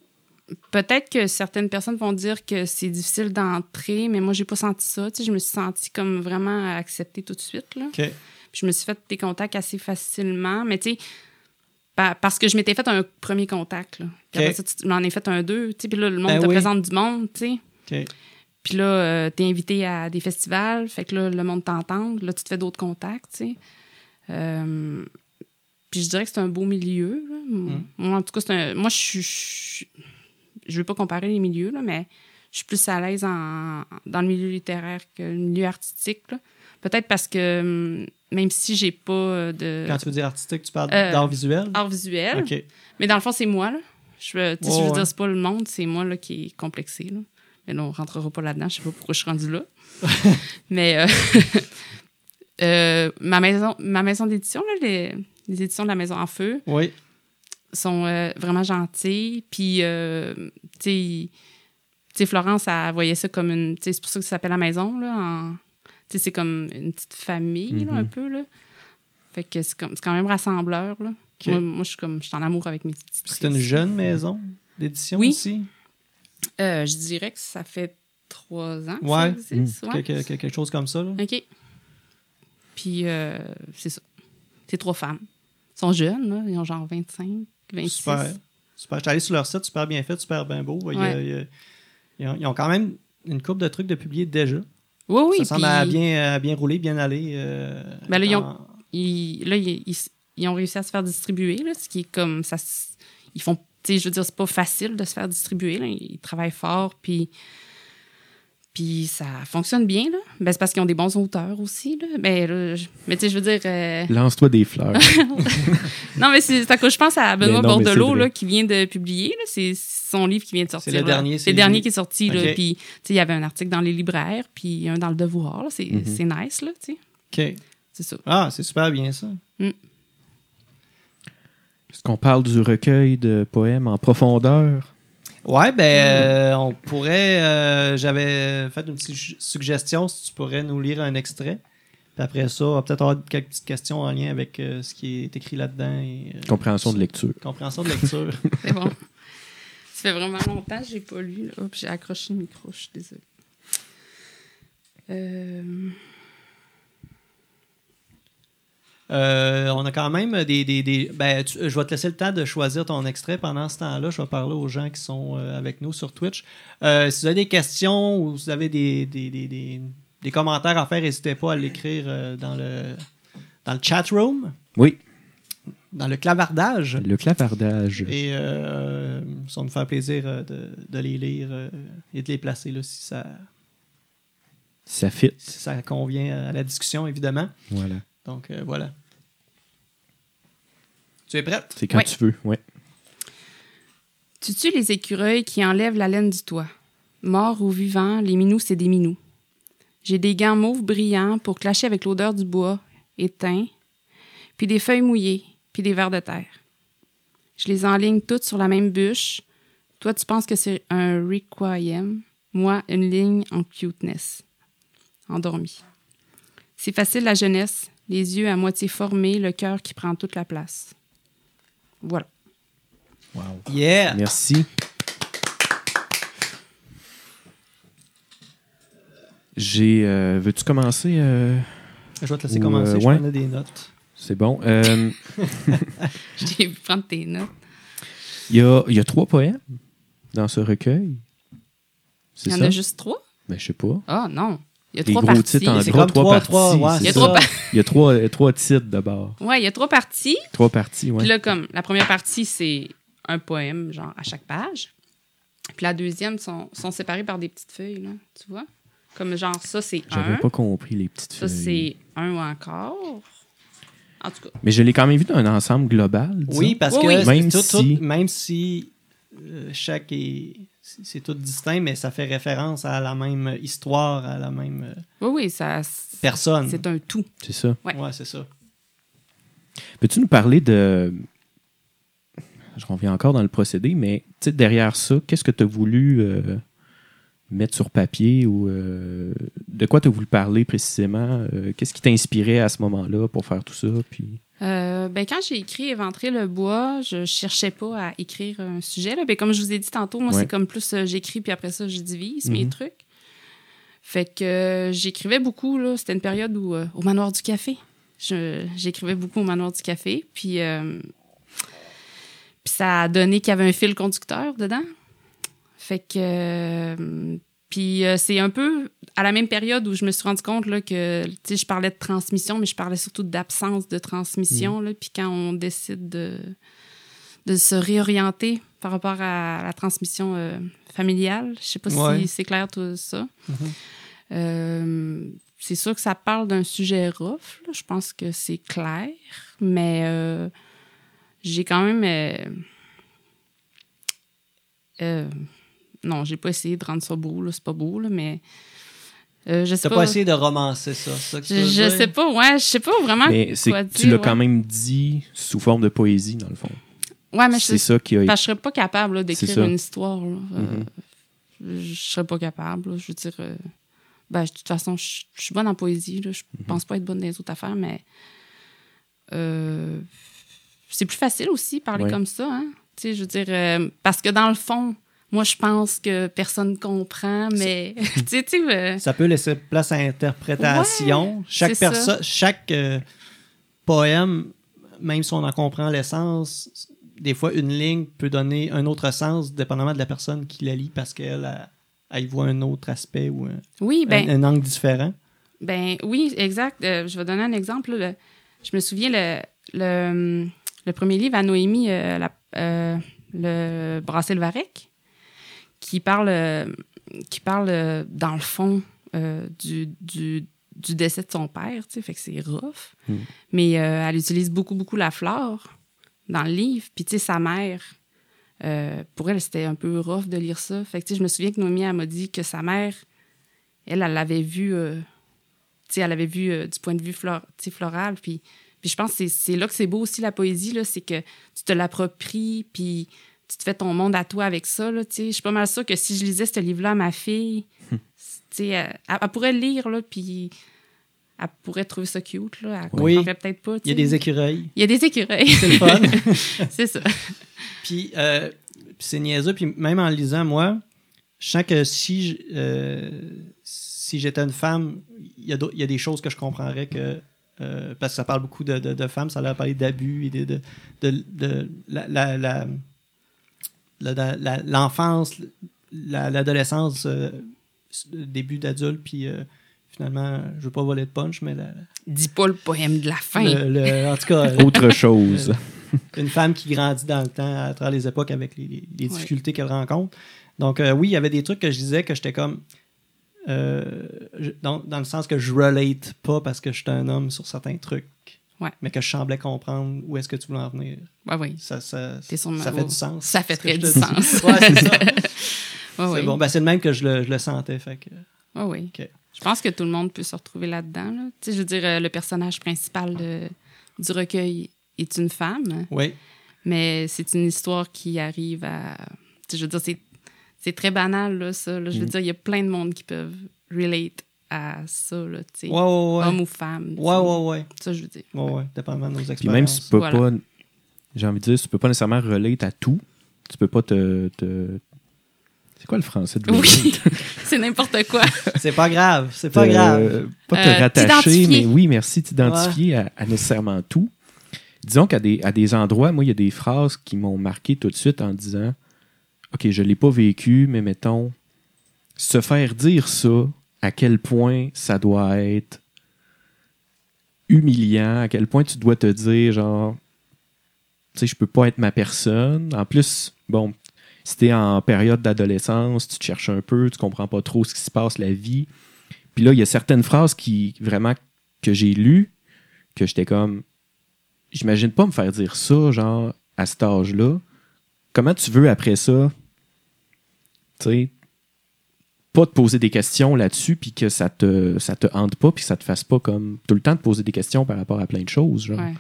[SPEAKER 3] Peut-être que certaines personnes vont dire que c'est difficile d'entrer, mais moi, j'ai pas senti ça. Tu sais, je me suis sentie comme vraiment acceptée tout de suite. Là.
[SPEAKER 1] OK.
[SPEAKER 3] Puis je me suis fait des contacts assez facilement, mais tu sais, pa- parce que je m'étais fait un premier contact. Là. Puis
[SPEAKER 1] OK.
[SPEAKER 3] après ça, tu m'en es fait un deux. Tu sais, puis là, le monde
[SPEAKER 1] Ben
[SPEAKER 3] te
[SPEAKER 1] oui.
[SPEAKER 3] présente du monde, tu sais.
[SPEAKER 1] OK.
[SPEAKER 3] Puis là, euh, t'es invité à des festivals, fait que là, le monde t'entend. Là, tu te fais d'autres contacts, tu sais. Euh, puis je dirais que c'est un beau milieu. là. Moi, en tout cas, c'est un- moi, je suis... je- Je veux pas comparer les milieux, là, mais je suis plus à l'aise en- dans le milieu littéraire que le milieu artistique. là. Peut-être parce que hum, même si j'ai pas euh, de
[SPEAKER 1] Quand tu veux dire artistique, tu parles
[SPEAKER 3] Euh,
[SPEAKER 1] d'art visuel?
[SPEAKER 3] art visuel,
[SPEAKER 1] OK.
[SPEAKER 3] mais dans le fond, c'est moi. Là. Je, veux- tu sais, je
[SPEAKER 1] Ouais,
[SPEAKER 3] veux
[SPEAKER 1] ouais.
[SPEAKER 3] dire, c'est pas le monde, c'est moi là, qui est complexé. Là. Mais là, on rentrera pas là-dedans. Je sais pas pourquoi je suis rendue là. Mais euh, euh, ma maison, ma maison d'édition, là, les, les éditions de la Maison en Feu,
[SPEAKER 1] Oui.
[SPEAKER 3] sont euh, vraiment gentilles. Puis, euh, tu sais, ils- tu sais, Florence, elle voyait ça comme une. tu sais, C'est pour ça que ça s'appelle la maison. là. en- Tu sais, c'est comme une petite famille, là, un
[SPEAKER 2] Mhm.
[SPEAKER 3] peu. Là. Fait que c'est comme- c'est quand même rassembleur. Là.
[SPEAKER 1] OK.
[SPEAKER 3] Moi, moi, je suis comme. Je suis en amour avec mes petites
[SPEAKER 1] C'est une jeune maison d'édition
[SPEAKER 3] Oui.
[SPEAKER 1] aussi?
[SPEAKER 3] Euh, je dirais que ça fait trois ans que ça
[SPEAKER 1] Ouais. Mmh.
[SPEAKER 3] existe. ouais.
[SPEAKER 1] Quelque, quelque- quelque chose comme ça, là?
[SPEAKER 3] OK. Puis, euh, c'est ça. C'est trois femmes. Elles sont jeunes, là. Ils ont genre 25, 26.
[SPEAKER 1] Super. Super. Je suis allé sur leur site, super bien fait, super bien beau. Il y a-
[SPEAKER 3] Ouais.
[SPEAKER 1] il y a- ils, ont, ils ont quand même une coupe de trucs de publier déjà.
[SPEAKER 3] Oui, oui.
[SPEAKER 1] ça semble
[SPEAKER 3] puis
[SPEAKER 1] à bien, à bien rouler, bien aller. euh,
[SPEAKER 3] Ben là, ils ont-
[SPEAKER 1] en-
[SPEAKER 3] ils- là, ils, ils- ils ont réussi à se faire distribuer, là, ce qui est comme... ça. s- Ils font... Tu sais, je veux dire, c'est pas facile de se faire distribuer. là. Ils travaillent fort, puis... Puis ça fonctionne bien, là. Ben, c'est parce qu'ils ont des bons auteurs aussi, là. Ben, là, je- mais tu sais, je veux dire... euh,
[SPEAKER 2] Lance-toi des fleurs.
[SPEAKER 3] Non, mais c'est à cause, je pense à Benoît
[SPEAKER 2] Mais non, mais c'est
[SPEAKER 3] Bordelot,
[SPEAKER 2] vrai.
[SPEAKER 3] là, qui vient de publier, là. C'est son livre qui vient de sortir.
[SPEAKER 1] C'est le
[SPEAKER 3] là.
[SPEAKER 1] dernier,
[SPEAKER 3] C'est
[SPEAKER 1] c'est
[SPEAKER 3] le dernier
[SPEAKER 1] lui.
[SPEAKER 3] qui est sorti, là.
[SPEAKER 1] Ok.
[SPEAKER 3] Puis, tu sais, il y avait un article dans les libraires, puis un dans Le Devoir, là. C'est
[SPEAKER 2] Mhm.
[SPEAKER 3] c'est nice, là, tu sais.
[SPEAKER 1] OK.
[SPEAKER 3] C'est ça.
[SPEAKER 1] Ah, c'est super bien ça.
[SPEAKER 2] Est-ce qu'on parle du recueil de poèmes en profondeur?
[SPEAKER 1] Ouais,
[SPEAKER 3] Hmm.
[SPEAKER 1] ben, euh, on pourrait. euh, J'avais fait une petite ju- suggestion si tu pourrais nous lire un extrait. Puis après ça, on va peut-être avoir quelques petites questions en lien avec euh, ce qui est écrit là-dedans et euh,
[SPEAKER 2] Compréhension de lecture.
[SPEAKER 1] compréhension de lecture.
[SPEAKER 3] C'est bon. Ça fait vraiment longtemps que j'ai pas lu. là. Hop, j'ai accroché le micro, je suis désolée. Euh,
[SPEAKER 1] Euh, on a quand même des. des- des- ben, tu- je vais te laisser le temps de choisir ton extrait. Pendant ce temps-là, je vais parler aux gens qui sont euh, avec nous sur Twitch. Euh, si vous avez des questions ou si vous avez des, des, des- des- des commentaires à faire, n'hésitez pas à l'écrire euh, dans le dans le chat room,
[SPEAKER 2] Oui,
[SPEAKER 1] dans le clavardage.
[SPEAKER 2] le clavardage.
[SPEAKER 1] Et euh, ça va nous faire plaisir euh, de, de les lire euh, et de les placer là, si, ça,
[SPEAKER 2] Ça fit.
[SPEAKER 1] si ça convient à la discussion, évidemment.
[SPEAKER 2] Voilà.
[SPEAKER 1] Donc euh, voilà. Tu es prête?
[SPEAKER 2] C'est quand
[SPEAKER 3] Oui.
[SPEAKER 2] tu veux. Ouais.
[SPEAKER 3] Tu tues les écureuils qui enlèvent la laine du toit. Morts ou vivants, les minous, c'est des minous. J'ai des gants mauves brillants pour clasher avec l'odeur du bois, éteint, puis des feuilles mouillées, puis des vers de terre. Je les enligne toutes sur la même bûche. Toi, tu penses que c'est un requiem. Moi, une ligne en cuteness. Endormi. C'est facile la jeunesse, les yeux à moitié formés, le cœur qui prend toute la place. Voilà.
[SPEAKER 1] Yeah!
[SPEAKER 2] Merci. J'ai. euh, Veux-tu commencer? euh,
[SPEAKER 1] Je vais te laisser
[SPEAKER 2] Ou,
[SPEAKER 1] commencer,
[SPEAKER 2] euh,
[SPEAKER 1] je
[SPEAKER 2] ouais.
[SPEAKER 1] prenais des notes.
[SPEAKER 2] C'est bon. Euh,
[SPEAKER 3] J'ai vu prendre tes notes.
[SPEAKER 2] Il y, a, il y a trois poèmes dans ce recueil. C'est
[SPEAKER 3] Il y en
[SPEAKER 2] ça?
[SPEAKER 3] a juste trois?
[SPEAKER 2] Ben, je sais pas.
[SPEAKER 3] Ah non. Il y a
[SPEAKER 2] Les
[SPEAKER 3] trois
[SPEAKER 2] gros
[SPEAKER 3] parties.
[SPEAKER 2] titres en
[SPEAKER 1] C'est
[SPEAKER 2] gros,
[SPEAKER 1] comme
[SPEAKER 2] trois
[SPEAKER 1] trois, trois,
[SPEAKER 2] parties.
[SPEAKER 1] ouais,
[SPEAKER 2] c'est
[SPEAKER 3] Il y a
[SPEAKER 2] ça.
[SPEAKER 3] trois, par-
[SPEAKER 2] Il y a trois, euh, trois titres d'abord.
[SPEAKER 3] ouais, il y a trois parties.
[SPEAKER 2] Trois parties,
[SPEAKER 3] Puis
[SPEAKER 2] oui.
[SPEAKER 3] là, comme la première partie, c'est un poème, genre à chaque page. Puis la deuxième, sont, sont séparés par des petites feuilles, là, tu vois? Comme genre, ça, c'est
[SPEAKER 2] J'avais
[SPEAKER 3] un.
[SPEAKER 2] pas compris les petites
[SPEAKER 3] Ça,
[SPEAKER 2] feuilles.
[SPEAKER 3] c'est un ou encore. En tout cas,
[SPEAKER 2] Mais je l'ai quand même vu dans un ensemble global. disons.
[SPEAKER 1] Oui, parce
[SPEAKER 3] Oui,
[SPEAKER 1] que
[SPEAKER 3] oui.
[SPEAKER 1] c'est
[SPEAKER 2] Même
[SPEAKER 1] tout- tout-
[SPEAKER 2] si-
[SPEAKER 1] même si euh, chaque est. c'est- C'est tout distinct, mais ça fait référence à la même histoire, à la même euh,
[SPEAKER 3] oui, oui, ça, c'est
[SPEAKER 1] personne.
[SPEAKER 3] un tout.
[SPEAKER 2] C'est ça.
[SPEAKER 3] ouais.
[SPEAKER 1] Ouais, c'est ça.
[SPEAKER 2] Peux-tu nous parler de. Je reviens encore dans le procédé, mais tu sais, derrière ça, qu'est-ce que tu as voulu euh, mettre sur papier ou euh, de quoi tu as voulu parler précisément? euh, qu'est-ce qui t'inspirait à ce moment-là pour faire tout ça? Puis...
[SPEAKER 3] Euh, ben, quand j'ai écrit Éventrer le bois, je cherchais pas à écrire un sujet. Là. Ben, comme je vous ai dit tantôt, moi,
[SPEAKER 2] Ouais.
[SPEAKER 3] c'est comme plus euh, j'écris, puis après ça, je divise mes
[SPEAKER 2] Mhm.
[SPEAKER 3] trucs. Fait que euh, j'écrivais beaucoup. là. C'était une période où, euh, au Manoir du Café. Je- J'écrivais beaucoup au Manoir du Café. Puis, euh, puis ça a donné qu'il y avait un fil conducteur dedans. Fait que. euh, puis euh, c'est un peu à la même période où je me suis rendu compte là, que tu sais, je parlais de transmission, mais je parlais surtout d'absence de transmission. là. puis quand on décide de, de se réorienter par rapport à la transmission euh, familiale, je sais pas
[SPEAKER 1] Ouais.
[SPEAKER 3] si c'est clair tout ça.
[SPEAKER 1] Mhm.
[SPEAKER 3] Euh, c'est sûr que ça parle d'un sujet rough. là. Je pense que c'est clair, mais euh, j'ai quand même. euh, euh, non, j'ai pas essayé de rendre ça beau, là, c'est pas beau, là, mais euh, je sais
[SPEAKER 1] T'as
[SPEAKER 3] pas.
[SPEAKER 1] pas... essayé de romancer ça, c'est ça que tu
[SPEAKER 3] je,
[SPEAKER 1] veux
[SPEAKER 3] je
[SPEAKER 1] dire?
[SPEAKER 3] sais pas, ouais, je sais pas vraiment
[SPEAKER 2] mais c'est
[SPEAKER 3] Hein? quoi
[SPEAKER 2] que tu
[SPEAKER 3] dire,
[SPEAKER 2] l'as
[SPEAKER 3] ouais.
[SPEAKER 2] quand même dit sous forme de poésie, dans le fond.
[SPEAKER 3] Ouais, Ah, mais je,
[SPEAKER 2] C'est ça qui a été.
[SPEAKER 3] parce que je serais pas capable là,
[SPEAKER 2] C'est ça.
[SPEAKER 3] d'écrire une histoire. là. Euh,
[SPEAKER 2] Mhm.
[SPEAKER 3] Je serais pas capable, là. je veux dire. euh, ben, je- de toute façon, je, je suis bonne en poésie, là. je
[SPEAKER 2] Mm-hmm.
[SPEAKER 3] pense pas être bonne dans les autres affaires, mais euh, c'est plus facile aussi parler
[SPEAKER 2] Ouais.
[SPEAKER 3] comme ça. Hein? Tu sais, je veux dire, euh, parce que dans le fond, moi, je pense que personne comprend, mais tu sais, tu sais, euh,
[SPEAKER 1] Ça peut laisser place à interprétation. chaque
[SPEAKER 3] c'est
[SPEAKER 1] personne, chaque euh, poème, même si on en comprend l'essence, des fois une ligne peut donner un autre sens, dépendamment de la personne qui la lit, parce qu'elle elle- elle y voit un autre aspect ou un,
[SPEAKER 3] oui, ben.
[SPEAKER 1] un- un angle différent.
[SPEAKER 3] Ben oui, exact. Euh, je vais donner un exemple. là. Le- je me souviens, le, le, le premier livre à Noémie, euh, la- euh, le Brasser le Varec, qui parle euh, qui parle, euh, dans le fond, euh, du, du, du décès de son père, tu sais, fait que c'est rough.
[SPEAKER 2] Mm.
[SPEAKER 3] Mais euh, elle utilise beaucoup, beaucoup la flore dans le livre. Puis, tu sais, sa mère, euh, pour elle, c'était un peu rough de lire ça. Fait que, tu sais, je me souviens que Noémie, elle m'a dit que sa mère, elle, elle l'avait vue, euh, tu sais, elle l'avait vue euh, du point de vue flor- tu sais, floral. Puis, puis je pense que c'est- c'est là que c'est beau aussi, la poésie, là, c'est que tu te l'appropries, puis tu te fais ton monde à toi avec ça, là, tu sais. Je suis pas mal sûre que si je lisais ce livre-là à ma fille,
[SPEAKER 1] Hum.
[SPEAKER 3] tu sais, elle, elle pourrait le lire, là, puis elle pourrait trouver ça cute, là. Elle
[SPEAKER 1] Oui.
[SPEAKER 3] comprendrait peut-être pas,
[SPEAKER 1] Il
[SPEAKER 3] tu
[SPEAKER 1] y a
[SPEAKER 3] sais.
[SPEAKER 1] des écureuils.
[SPEAKER 3] Il y a des écureuils,
[SPEAKER 1] C'est le fun.
[SPEAKER 3] c'est ça.
[SPEAKER 1] Puis, euh, puis c'est niaiseux. Puis même en lisant, moi, je sens que si, je- euh, si j'étais une femme, il y, a d'autres- il y a des choses que je comprendrais que. euh, parce que ça parle beaucoup de, de- de femmes, ça leur parler d'abus et de, de, de- de la- la- la- la- la- la- l'enfance, la- l'adolescence, euh, s- début d'adulte, puis euh, finalement, je veux pas voler de punch, mais la-
[SPEAKER 3] Dis pas le poème de la fin.
[SPEAKER 1] le- le- en tout cas,
[SPEAKER 2] Autre chose.
[SPEAKER 1] une femme qui grandit dans le temps, à travers les époques, avec les, les- les
[SPEAKER 3] Ouais.
[SPEAKER 1] difficultés qu'elle rencontre. Donc, euh, oui, il y avait des trucs que je disais que j'étais comme. euh, je- dans, dans le sens que je relate pas parce que j'étais un homme sur certains trucs,
[SPEAKER 3] Ouais.
[SPEAKER 1] mais que je semblais comprendre où est-ce que tu voulais en venir.
[SPEAKER 3] Ouais, oui.
[SPEAKER 1] Ça, ça,
[SPEAKER 3] T'es sur le
[SPEAKER 1] ça fait
[SPEAKER 3] marron.
[SPEAKER 1] du sens.
[SPEAKER 3] Ça fait
[SPEAKER 1] ce que je
[SPEAKER 3] très
[SPEAKER 1] te
[SPEAKER 3] du
[SPEAKER 1] dis.
[SPEAKER 3] sens.
[SPEAKER 1] Ouais, c'est ça.
[SPEAKER 3] Ouais,
[SPEAKER 1] C'est
[SPEAKER 3] oui.
[SPEAKER 1] bon. Ben, c'est le même que je le, je le sentais. Fait que,
[SPEAKER 3] Ouais, oui.
[SPEAKER 1] OK.
[SPEAKER 3] Je pense que tout le monde peut se retrouver là-dedans. là. Tu sais, je veux dire, euh, le personnage principal de- du recueil est une femme,
[SPEAKER 1] oui.
[SPEAKER 3] mais c'est une histoire qui arrive à. tu sais, je veux dire, c'est, c'est très banal, là, ça. là. Je
[SPEAKER 1] Mm.
[SPEAKER 3] veux dire, il y a plein de monde qui peuvent relate à ça, là, tu sais.
[SPEAKER 1] Ouais, ouais, ouais.
[SPEAKER 3] Homme ou femme. tu
[SPEAKER 1] Ouais,
[SPEAKER 3] sais.
[SPEAKER 1] ouais, ouais.
[SPEAKER 3] Ça, je veux dire.
[SPEAKER 1] Ouais, ouais. Dépendamment de nos expériences.
[SPEAKER 2] Puis même si tu peux
[SPEAKER 3] Voilà.
[SPEAKER 2] pas, j'ai envie de dire, si tu peux pas nécessairement relate à tout, tu peux pas te. te- C'est quoi le français de
[SPEAKER 3] Oui, c'est n'importe quoi.
[SPEAKER 1] C'est pas grave. C'est pas grave.
[SPEAKER 2] Pas te
[SPEAKER 3] Euh,
[SPEAKER 2] rattacher,
[SPEAKER 3] t'identifier.
[SPEAKER 2] mais oui, merci, t'identifier à, à nécessairement tout. Disons qu'à des, à des endroits, moi, il y a des phrases qui m'ont marqué tout de suite en disant OK, je l'ai pas vécu, mais mettons, se faire dire ça, à quel point ça doit être humiliant, à quel point tu dois te dire, genre, tu sais, je peux pas être ma personne. En plus, bon, si t'es en période d'adolescence, tu te cherches un peu, tu comprends pas trop ce qui se passe, la vie. Puis là, il y a certaines phrases qui, vraiment, que j'ai lues, que j'étais comme, j'imagine pas me faire dire ça, genre, à cet âge-là. Comment tu veux, après ça, tu sais, pas te poser des questions là-dessus, puis que ça te, ça te hante pas, puis que ça te fasse pas comme tout le temps te poser des questions par rapport à plein de choses, genre.
[SPEAKER 3] Ouais.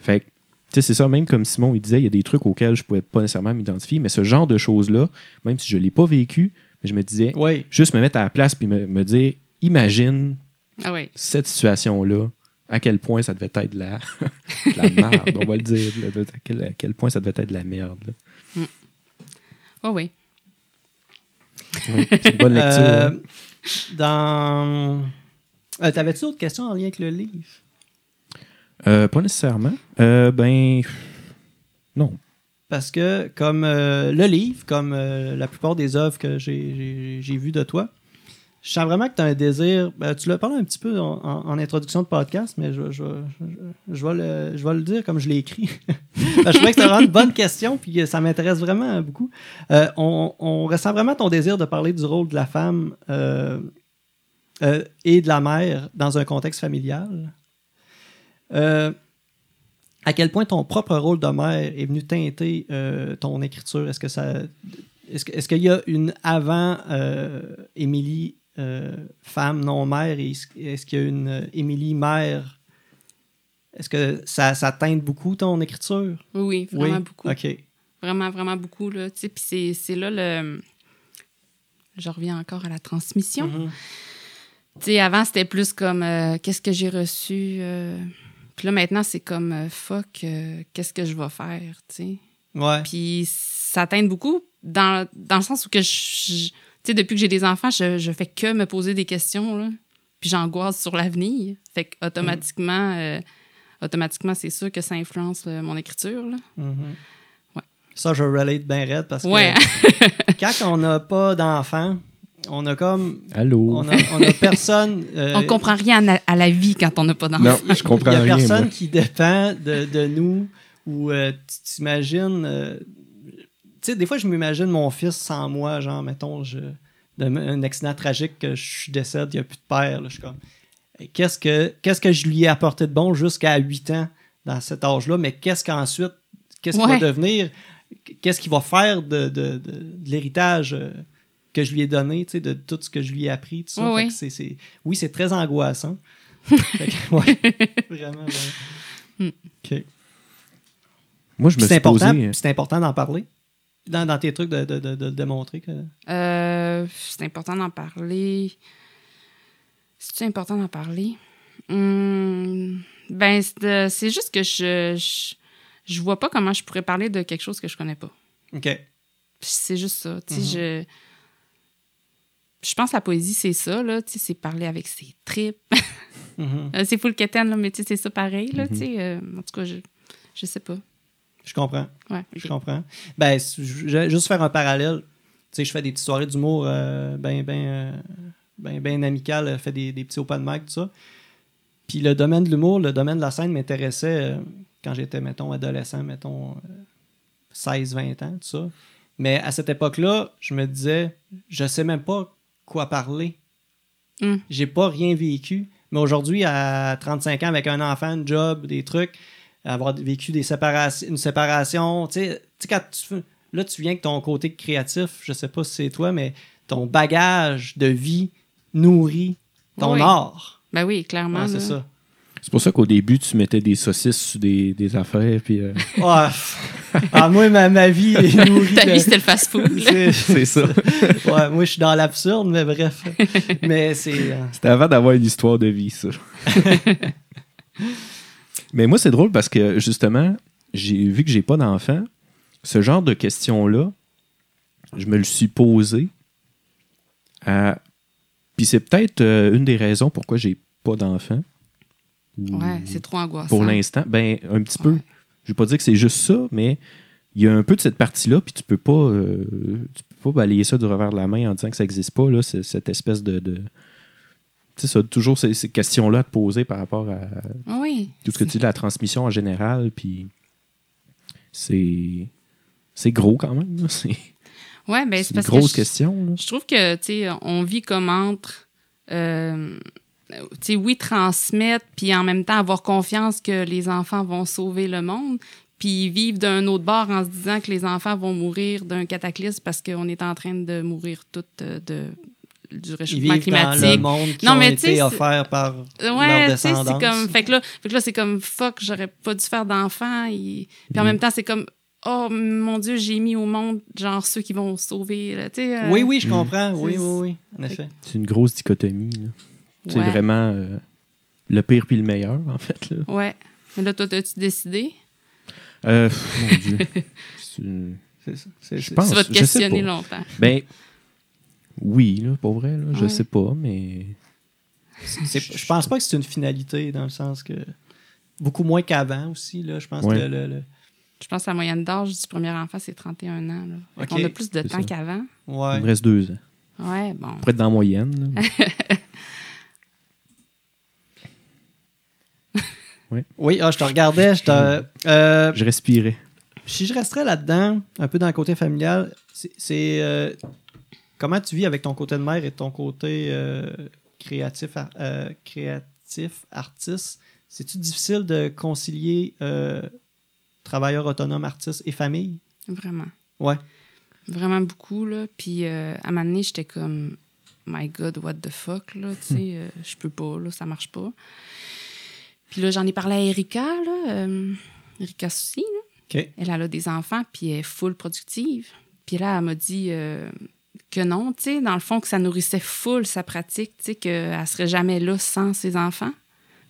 [SPEAKER 2] Fait que, tu sais, c'est ça, même comme Simon, il disait, il y a des trucs auxquels je pouvais pas nécessairement m'identifier, mais ce genre de choses-là, même si je l'ai pas vécu, je me disais,
[SPEAKER 1] Oui.
[SPEAKER 2] juste me mettre à la place puis me, me dire, imagine
[SPEAKER 3] Ah oui.
[SPEAKER 2] cette situation-là, à quel point ça devait être de la, de la merde, on va le dire, là, de- à, quel, à quel point ça devait être de la merde. là.
[SPEAKER 3] Ah oui.
[SPEAKER 2] Ouais, c'est une bonne lecture.
[SPEAKER 1] Euh,
[SPEAKER 2] hein.
[SPEAKER 1] dans. Euh, T'avais-tu d'autres questions en lien avec le livre?
[SPEAKER 2] Euh, pas nécessairement. Euh, ben, non.
[SPEAKER 1] Parce que, comme euh, le livre, comme euh, la plupart des œuvres que j'ai- j'ai j'ai vues de toi, je sens vraiment que tu as un désir. ben, tu l'as parlé un petit peu en, en- en introduction de podcast, mais je, je, je, je vais, le, je vais le dire comme je l'ai écrit. Parce que je trouvais que c'était vraiment une bonne question, puis que ça m'intéresse vraiment beaucoup. Euh, on, on ressent vraiment ton désir de parler du rôle de la femme euh, euh, et de la mère dans un contexte familial. Euh, à quel point ton propre rôle de mère est venu teinter euh, ton écriture? Est-ce que ça. Est-ce que- est-ce qu'il y a une avant euh, Émilie euh, femme non mère et est-ce- est-ce qu'il y a une euh, Émilie mère? Est-ce que ça, ça teinte beaucoup ton écriture?
[SPEAKER 3] Oui, oui, vraiment beaucoup.
[SPEAKER 1] OK.
[SPEAKER 3] Vraiment, vraiment beaucoup, là. Tu sais, puis c'est, c'est là le. Je reviens encore à la transmission.
[SPEAKER 1] Mhm.
[SPEAKER 3] Tu sais, avant, c'était plus comme euh, qu'est-ce que j'ai reçu. euh, Puis là, maintenant, c'est comme euh, fuck, euh, qu'est-ce que je vais faire, tu sais.
[SPEAKER 1] Ouais.
[SPEAKER 3] Puis ça atteint beaucoup dans, dans le sens où que je. je- tu sais, depuis que j'ai des enfants, je, je fais que me poser des questions, là. Puis j'angoisse sur l'avenir. Fait qu'automatiquement, euh, automatiquement, c'est sûr que ça influence euh, mon écriture, là.
[SPEAKER 1] Mhm.
[SPEAKER 3] Ouais.
[SPEAKER 1] Ça, je relate bien raide parce
[SPEAKER 3] Ouais.
[SPEAKER 1] que quand on n'a pas d'enfant, on a comme.
[SPEAKER 2] Allô?
[SPEAKER 1] On a, on a personne. euh,
[SPEAKER 3] on comprend rien à, à la vie quand on n'a pas d'enfants.
[SPEAKER 2] je
[SPEAKER 1] Il
[SPEAKER 2] comprends
[SPEAKER 1] n'y a
[SPEAKER 2] rien.
[SPEAKER 1] personne
[SPEAKER 2] moi.
[SPEAKER 1] qui dépend de, de nous ou euh, tu t'imagines. euh, tu sais, des fois, je m'imagine mon fils sans moi, genre, mettons, je, d'un accident tragique que je décède, il n'y a plus de père. là, je suis comme, qu'est-ce que, qu'est-ce que je lui ai apporté de bon jusqu'à 8 ans dans cet âge-là, mais qu'est-ce qu'ensuite, qu'est-ce qu'il
[SPEAKER 3] Ouais.
[SPEAKER 1] va devenir, qu'est-ce qu'il va faire de, de- de- de l'héritage euh, que je lui ai donné, tu sais, de tout ce que je lui ai appris, tout ça.
[SPEAKER 3] Ouais,
[SPEAKER 1] Fait
[SPEAKER 3] ouais.
[SPEAKER 1] que c'est- c'est- oui, c'est très angoissant. Fait que, ouais, vraiment, vraiment.
[SPEAKER 3] Mm.
[SPEAKER 1] OK.
[SPEAKER 2] Moi, je me
[SPEAKER 1] Puis C'est
[SPEAKER 2] suis
[SPEAKER 1] important,
[SPEAKER 2] posé. hein. euh,
[SPEAKER 1] puis c'est important d'en parler. Dans, dans tes trucs, de, de- de- de le démontrer. Que...
[SPEAKER 3] Euh, c'est important d'en parler. C'est important d'en parler. Hum, ben, c'est de- c'est juste que je, je je vois pas comment je pourrais parler de quelque chose que je connais pas.
[SPEAKER 1] OK.
[SPEAKER 3] Puis C'est juste ça. Tu sais,
[SPEAKER 1] Mhm.
[SPEAKER 3] je. Je pense que la poésie, c'est ça, là. Tu sais, c'est parler avec ses tripes.
[SPEAKER 1] Mhm.
[SPEAKER 3] Euh, c'est full quétaine, là, mais tu sais, c'est ça pareil, là.
[SPEAKER 2] Mhm.
[SPEAKER 3] Tu sais, euh, en tout cas, je, je sais pas.
[SPEAKER 1] Je comprends.
[SPEAKER 3] Ouais.
[SPEAKER 1] Je
[SPEAKER 3] ok.
[SPEAKER 1] comprends. Ben, si- je- je- juste faire un parallèle. Tu sais, je fais des petites soirées d'humour euh, ben, ben, euh, ben, ben amicales. Je fais des, des petits open mic, tout ça. Puis le domaine de l'humour, le domaine de la scène m'intéressait euh, quand j'étais, mettons, adolescent, mettons, 16-20 ans, tout ça. Mais à cette époque-là, je me disais, je sais même pas quoi parler.
[SPEAKER 3] Mm.
[SPEAKER 1] J'ai pas rien vécu. Mais aujourd'hui, à 35 ans, avec un enfant, un job, des trucs, avoir vécu des séparations, une séparation, tu sais, tu sais, quand tu fais- là, tu viens avec ton côté créatif, je sais pas si c'est toi, mais ton bagage de vie nourrit ton
[SPEAKER 3] Oui.
[SPEAKER 1] art.
[SPEAKER 3] Ben oui, clairement.
[SPEAKER 1] Ouais, c'est
[SPEAKER 3] là.
[SPEAKER 1] ça.
[SPEAKER 2] C'est pour ça qu'au début, tu mettais des saucisses sur des, des affaires. Puis, euh,
[SPEAKER 1] Ah, pff. Ah, moi, ma, ma vie est nourrie.
[SPEAKER 3] Ta
[SPEAKER 1] de-
[SPEAKER 3] vie, c'était le fast-food, là.
[SPEAKER 1] C'est-
[SPEAKER 2] c'est ça.
[SPEAKER 1] Ouais, moi, je suis dans l'absurde, mais bref. Mais c'est. euh,
[SPEAKER 2] C'était avant d'avoir une histoire de vie, ça. Mais moi, c'est drôle parce que justement, j'ai vu que j'ai pas d'enfant. Ce genre de questions-là, je me le suis posé. Euh, Puis c'est peut-être euh, une des raisons pourquoi j'ai pas d'enfant. Ou-
[SPEAKER 3] Ouais, c'est trop angoissant.
[SPEAKER 2] pour l'instant, ben un petit peu.
[SPEAKER 3] Ouais.
[SPEAKER 2] Je vais pas dire que c'est juste ça, mais il y a un peu de cette partie-là, puis tu peux pas, euh, tu peux pas balayer ça du revers de la main en disant que ça n'existe pas là, c'est- cette espèce de, de- tu sais ça, toujours ces, ces questions-là à te poser par rapport à
[SPEAKER 3] Oui.
[SPEAKER 2] tout ce que tu dis de la transmission en général, puis c'est c'est gros quand même, là. c'est
[SPEAKER 3] Ouais, ben,
[SPEAKER 2] c'est
[SPEAKER 3] c'est
[SPEAKER 2] une
[SPEAKER 3] parce
[SPEAKER 2] grosse
[SPEAKER 3] que je-
[SPEAKER 2] question. là.
[SPEAKER 3] Je trouve que, tu sais, on vit comme entre. euh, tu sais, oui, transmettre, puis en même temps avoir confiance que les enfants vont sauver le monde, puis vivre d'un autre bord en se disant que les enfants vont mourir d'un cataclysme parce qu'on est en train de mourir toutes euh, de, du
[SPEAKER 1] Ils
[SPEAKER 3] réchauffement
[SPEAKER 1] vivent
[SPEAKER 3] climatique.
[SPEAKER 1] dans le monde qui
[SPEAKER 3] Non,
[SPEAKER 1] ont
[SPEAKER 3] mais tu sais,
[SPEAKER 1] été
[SPEAKER 3] c'est-
[SPEAKER 1] offert par
[SPEAKER 3] Ouais,
[SPEAKER 1] leur
[SPEAKER 3] tu sais,
[SPEAKER 1] descendance.
[SPEAKER 3] c'est comme. Fait que là, fait que là c'est comme fuck, j'aurais pas dû faire d'enfant. Et... Puis
[SPEAKER 1] Mhm.
[SPEAKER 3] en
[SPEAKER 2] Mm.
[SPEAKER 3] même temps, c'est comme oh mon Dieu, j'ai mis au monde genre ceux qui vont sauver. là, tu sais, euh,
[SPEAKER 1] Oui, oui, je
[SPEAKER 2] Mm.
[SPEAKER 1] comprends. Oui,
[SPEAKER 3] C'est-
[SPEAKER 1] oui, oui. En effet.
[SPEAKER 2] C'est une grosse dichotomie. là. C'est
[SPEAKER 3] ouais.
[SPEAKER 2] vraiment euh, le pire puis le meilleur en fait. Là.
[SPEAKER 3] Ouais. Mais là, toi, t'as-tu décidé?
[SPEAKER 2] Euh, pff, mon Dieu. C'est une-
[SPEAKER 1] C'est- c'est-
[SPEAKER 2] Je
[SPEAKER 1] c'est-
[SPEAKER 2] pense.
[SPEAKER 3] tu vas te
[SPEAKER 2] je sais
[SPEAKER 3] questionner
[SPEAKER 2] pas.
[SPEAKER 3] longtemps.
[SPEAKER 2] Ben, oui, là, pour vrai, là, je
[SPEAKER 3] Ouais.
[SPEAKER 2] sais pas, mais.
[SPEAKER 1] c'est- Je pense pas que c'est une finalité dans le sens que. Beaucoup moins qu'avant aussi, là. Je pense
[SPEAKER 2] Ouais.
[SPEAKER 1] que le- le- le-
[SPEAKER 3] Je pense que la moyenne d'âge du premier enfant, c'est 31 ans. Là.
[SPEAKER 1] Ok.
[SPEAKER 3] On a plus de
[SPEAKER 2] C'est
[SPEAKER 3] temps
[SPEAKER 2] ça.
[SPEAKER 3] qu'avant.
[SPEAKER 1] Ouais.
[SPEAKER 2] Il me reste deux ans.
[SPEAKER 3] Ouais, bon.
[SPEAKER 2] Pour être dans la moyenne. là.
[SPEAKER 1] Oui, ah, je te regardais. Je te, euh,
[SPEAKER 2] je respirais.
[SPEAKER 1] si je resterais là-dedans, un peu dans le côté familial, c'est- c'est euh, comment tu vis avec ton côté de mère et ton côté euh, créatif, ar- euh, créatif, artiste. C'est-tu difficile de concilier euh, travailleur autonome, artiste et famille?
[SPEAKER 3] Vraiment.
[SPEAKER 1] Ouais.
[SPEAKER 3] Vraiment beaucoup, là. Puis euh, à un moment donné, j'étais comme, my God, what the fuck, là. Tu sais,
[SPEAKER 2] Hmm.
[SPEAKER 3] euh, je peux pas, là, ça marche pas. Puis là, j'en ai parlé à Erika, là. euh, Erika Soucy, là.
[SPEAKER 1] OK.
[SPEAKER 3] Elle, elle a des enfants, puis elle est full productive. Puis là, elle m'a dit euh, que non, tu sais, dans le fond, que ça nourrissait full sa pratique, tu sais, qu'elle serait jamais là sans ses enfants.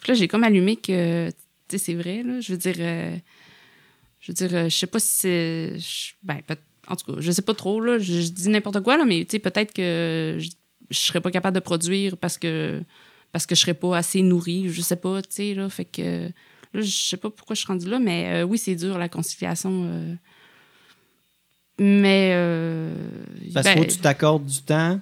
[SPEAKER 3] Puis là, j'ai comme allumé que, tu sais, c'est vrai, là. Je veux dire, euh, je veux dire, euh, je sais pas si c'est. je- Ben, peut- en tout cas, je sais pas trop, là. Je, je dis n'importe quoi, là, mais tu sais, peut-être que je, je serais pas capable de produire parce que parce que je serais pas assez nourrie, je sais pas, tu sais, là. Fait que. Là, je sais pas pourquoi je suis rendue là, mais euh, oui, c'est dur, la conciliation. euh. Mais. euh,
[SPEAKER 1] Parce
[SPEAKER 3] ben,
[SPEAKER 1] que faut que tu t'accordes du temps.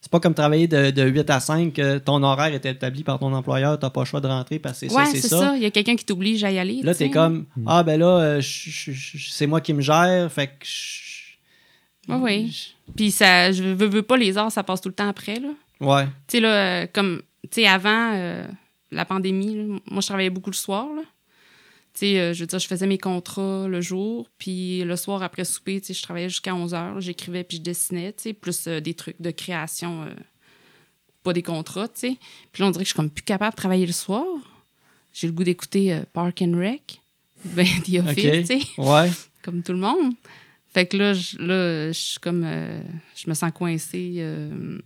[SPEAKER 1] C'est pas comme travailler de, de 8 à 5, que ton horaire est établi par ton employeur, t'as pas le choix de rentrer parce que c'est
[SPEAKER 3] ouais,
[SPEAKER 1] ça, c'est
[SPEAKER 3] c'est
[SPEAKER 1] ça.
[SPEAKER 3] ça. Il y a quelqu'un qui t'oblige à y aller.
[SPEAKER 1] Là,
[SPEAKER 3] tu sais.
[SPEAKER 1] t'es comme,
[SPEAKER 2] Mm.
[SPEAKER 1] ah ben là, euh, je- je- je- c'est moi qui me gère, fait que je-
[SPEAKER 3] Oui, oui. Puis ça, je veux, veux pas, les arts, ça passe tout le temps après, là.
[SPEAKER 1] Ouais.
[SPEAKER 3] Tu sais, là, euh, comme, tu sais, avant euh, la pandémie, là, moi, je travaillais beaucoup le soir, là. Tu sais, euh, je veux dire, je faisais mes contrats le jour, puis le soir, après souper, tu sais, je travaillais jusqu'à 11 heures. J'écrivais, puis je dessinais, tu sais, plus euh, des trucs de création, euh, pas des contrats, tu sais. Puis là, on dirait que je suis comme plus capable de travailler le soir. J'ai le goût d'écouter euh, Park and Rec, ben, The Office,
[SPEAKER 1] OK.
[SPEAKER 3] tu sais
[SPEAKER 1] Ouais.
[SPEAKER 3] comme tout le monde. Fait que là, je, là, je suis comme. euh, je me sens coincée. euh,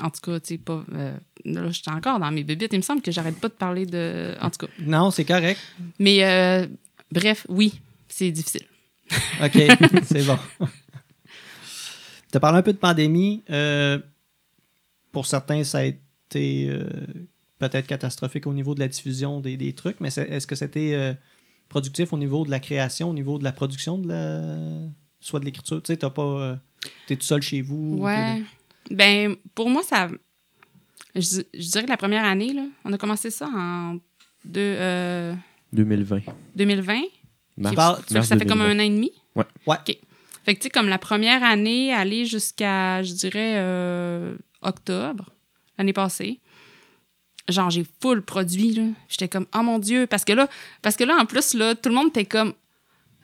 [SPEAKER 3] en tout cas, tu sais, pas. euh, là, je suis encore dans mes bébites. Il me semble que j'arrête pas de parler de. En tout cas.
[SPEAKER 1] Non, c'est correct.
[SPEAKER 3] Mais euh, bref, oui, c'est difficile.
[SPEAKER 1] OK, c'est bon. Tu as parlé un peu de pandémie. Euh, pour certains, ça a été euh, peut-être catastrophique au niveau de la diffusion des, des trucs, mais c'est- est-ce que c'était euh, productif au niveau de la création, au niveau de la production, de la... soit de l'écriture? Tu sais, t'as pas... euh, T'es tout seul chez vous.
[SPEAKER 3] Ouais. Ben, pour moi, ça. Je, je dirais que la première année, là, on a commencé ça en deux, euh,
[SPEAKER 2] 2020.
[SPEAKER 3] 2020.
[SPEAKER 1] t'es-
[SPEAKER 2] Mars,
[SPEAKER 1] Tu parles-
[SPEAKER 3] Ça fait que ça fait comme un an et demi.
[SPEAKER 1] Ouais.
[SPEAKER 3] Fait que, tu sais, comme la première année, aller jusqu'à, je dirais, euh, octobre, l'année passée. Genre, j'ai full produit, là. J'étais comme, oh mon Dieu. Parce que là, parce que là en plus, là, tout le monde était comme,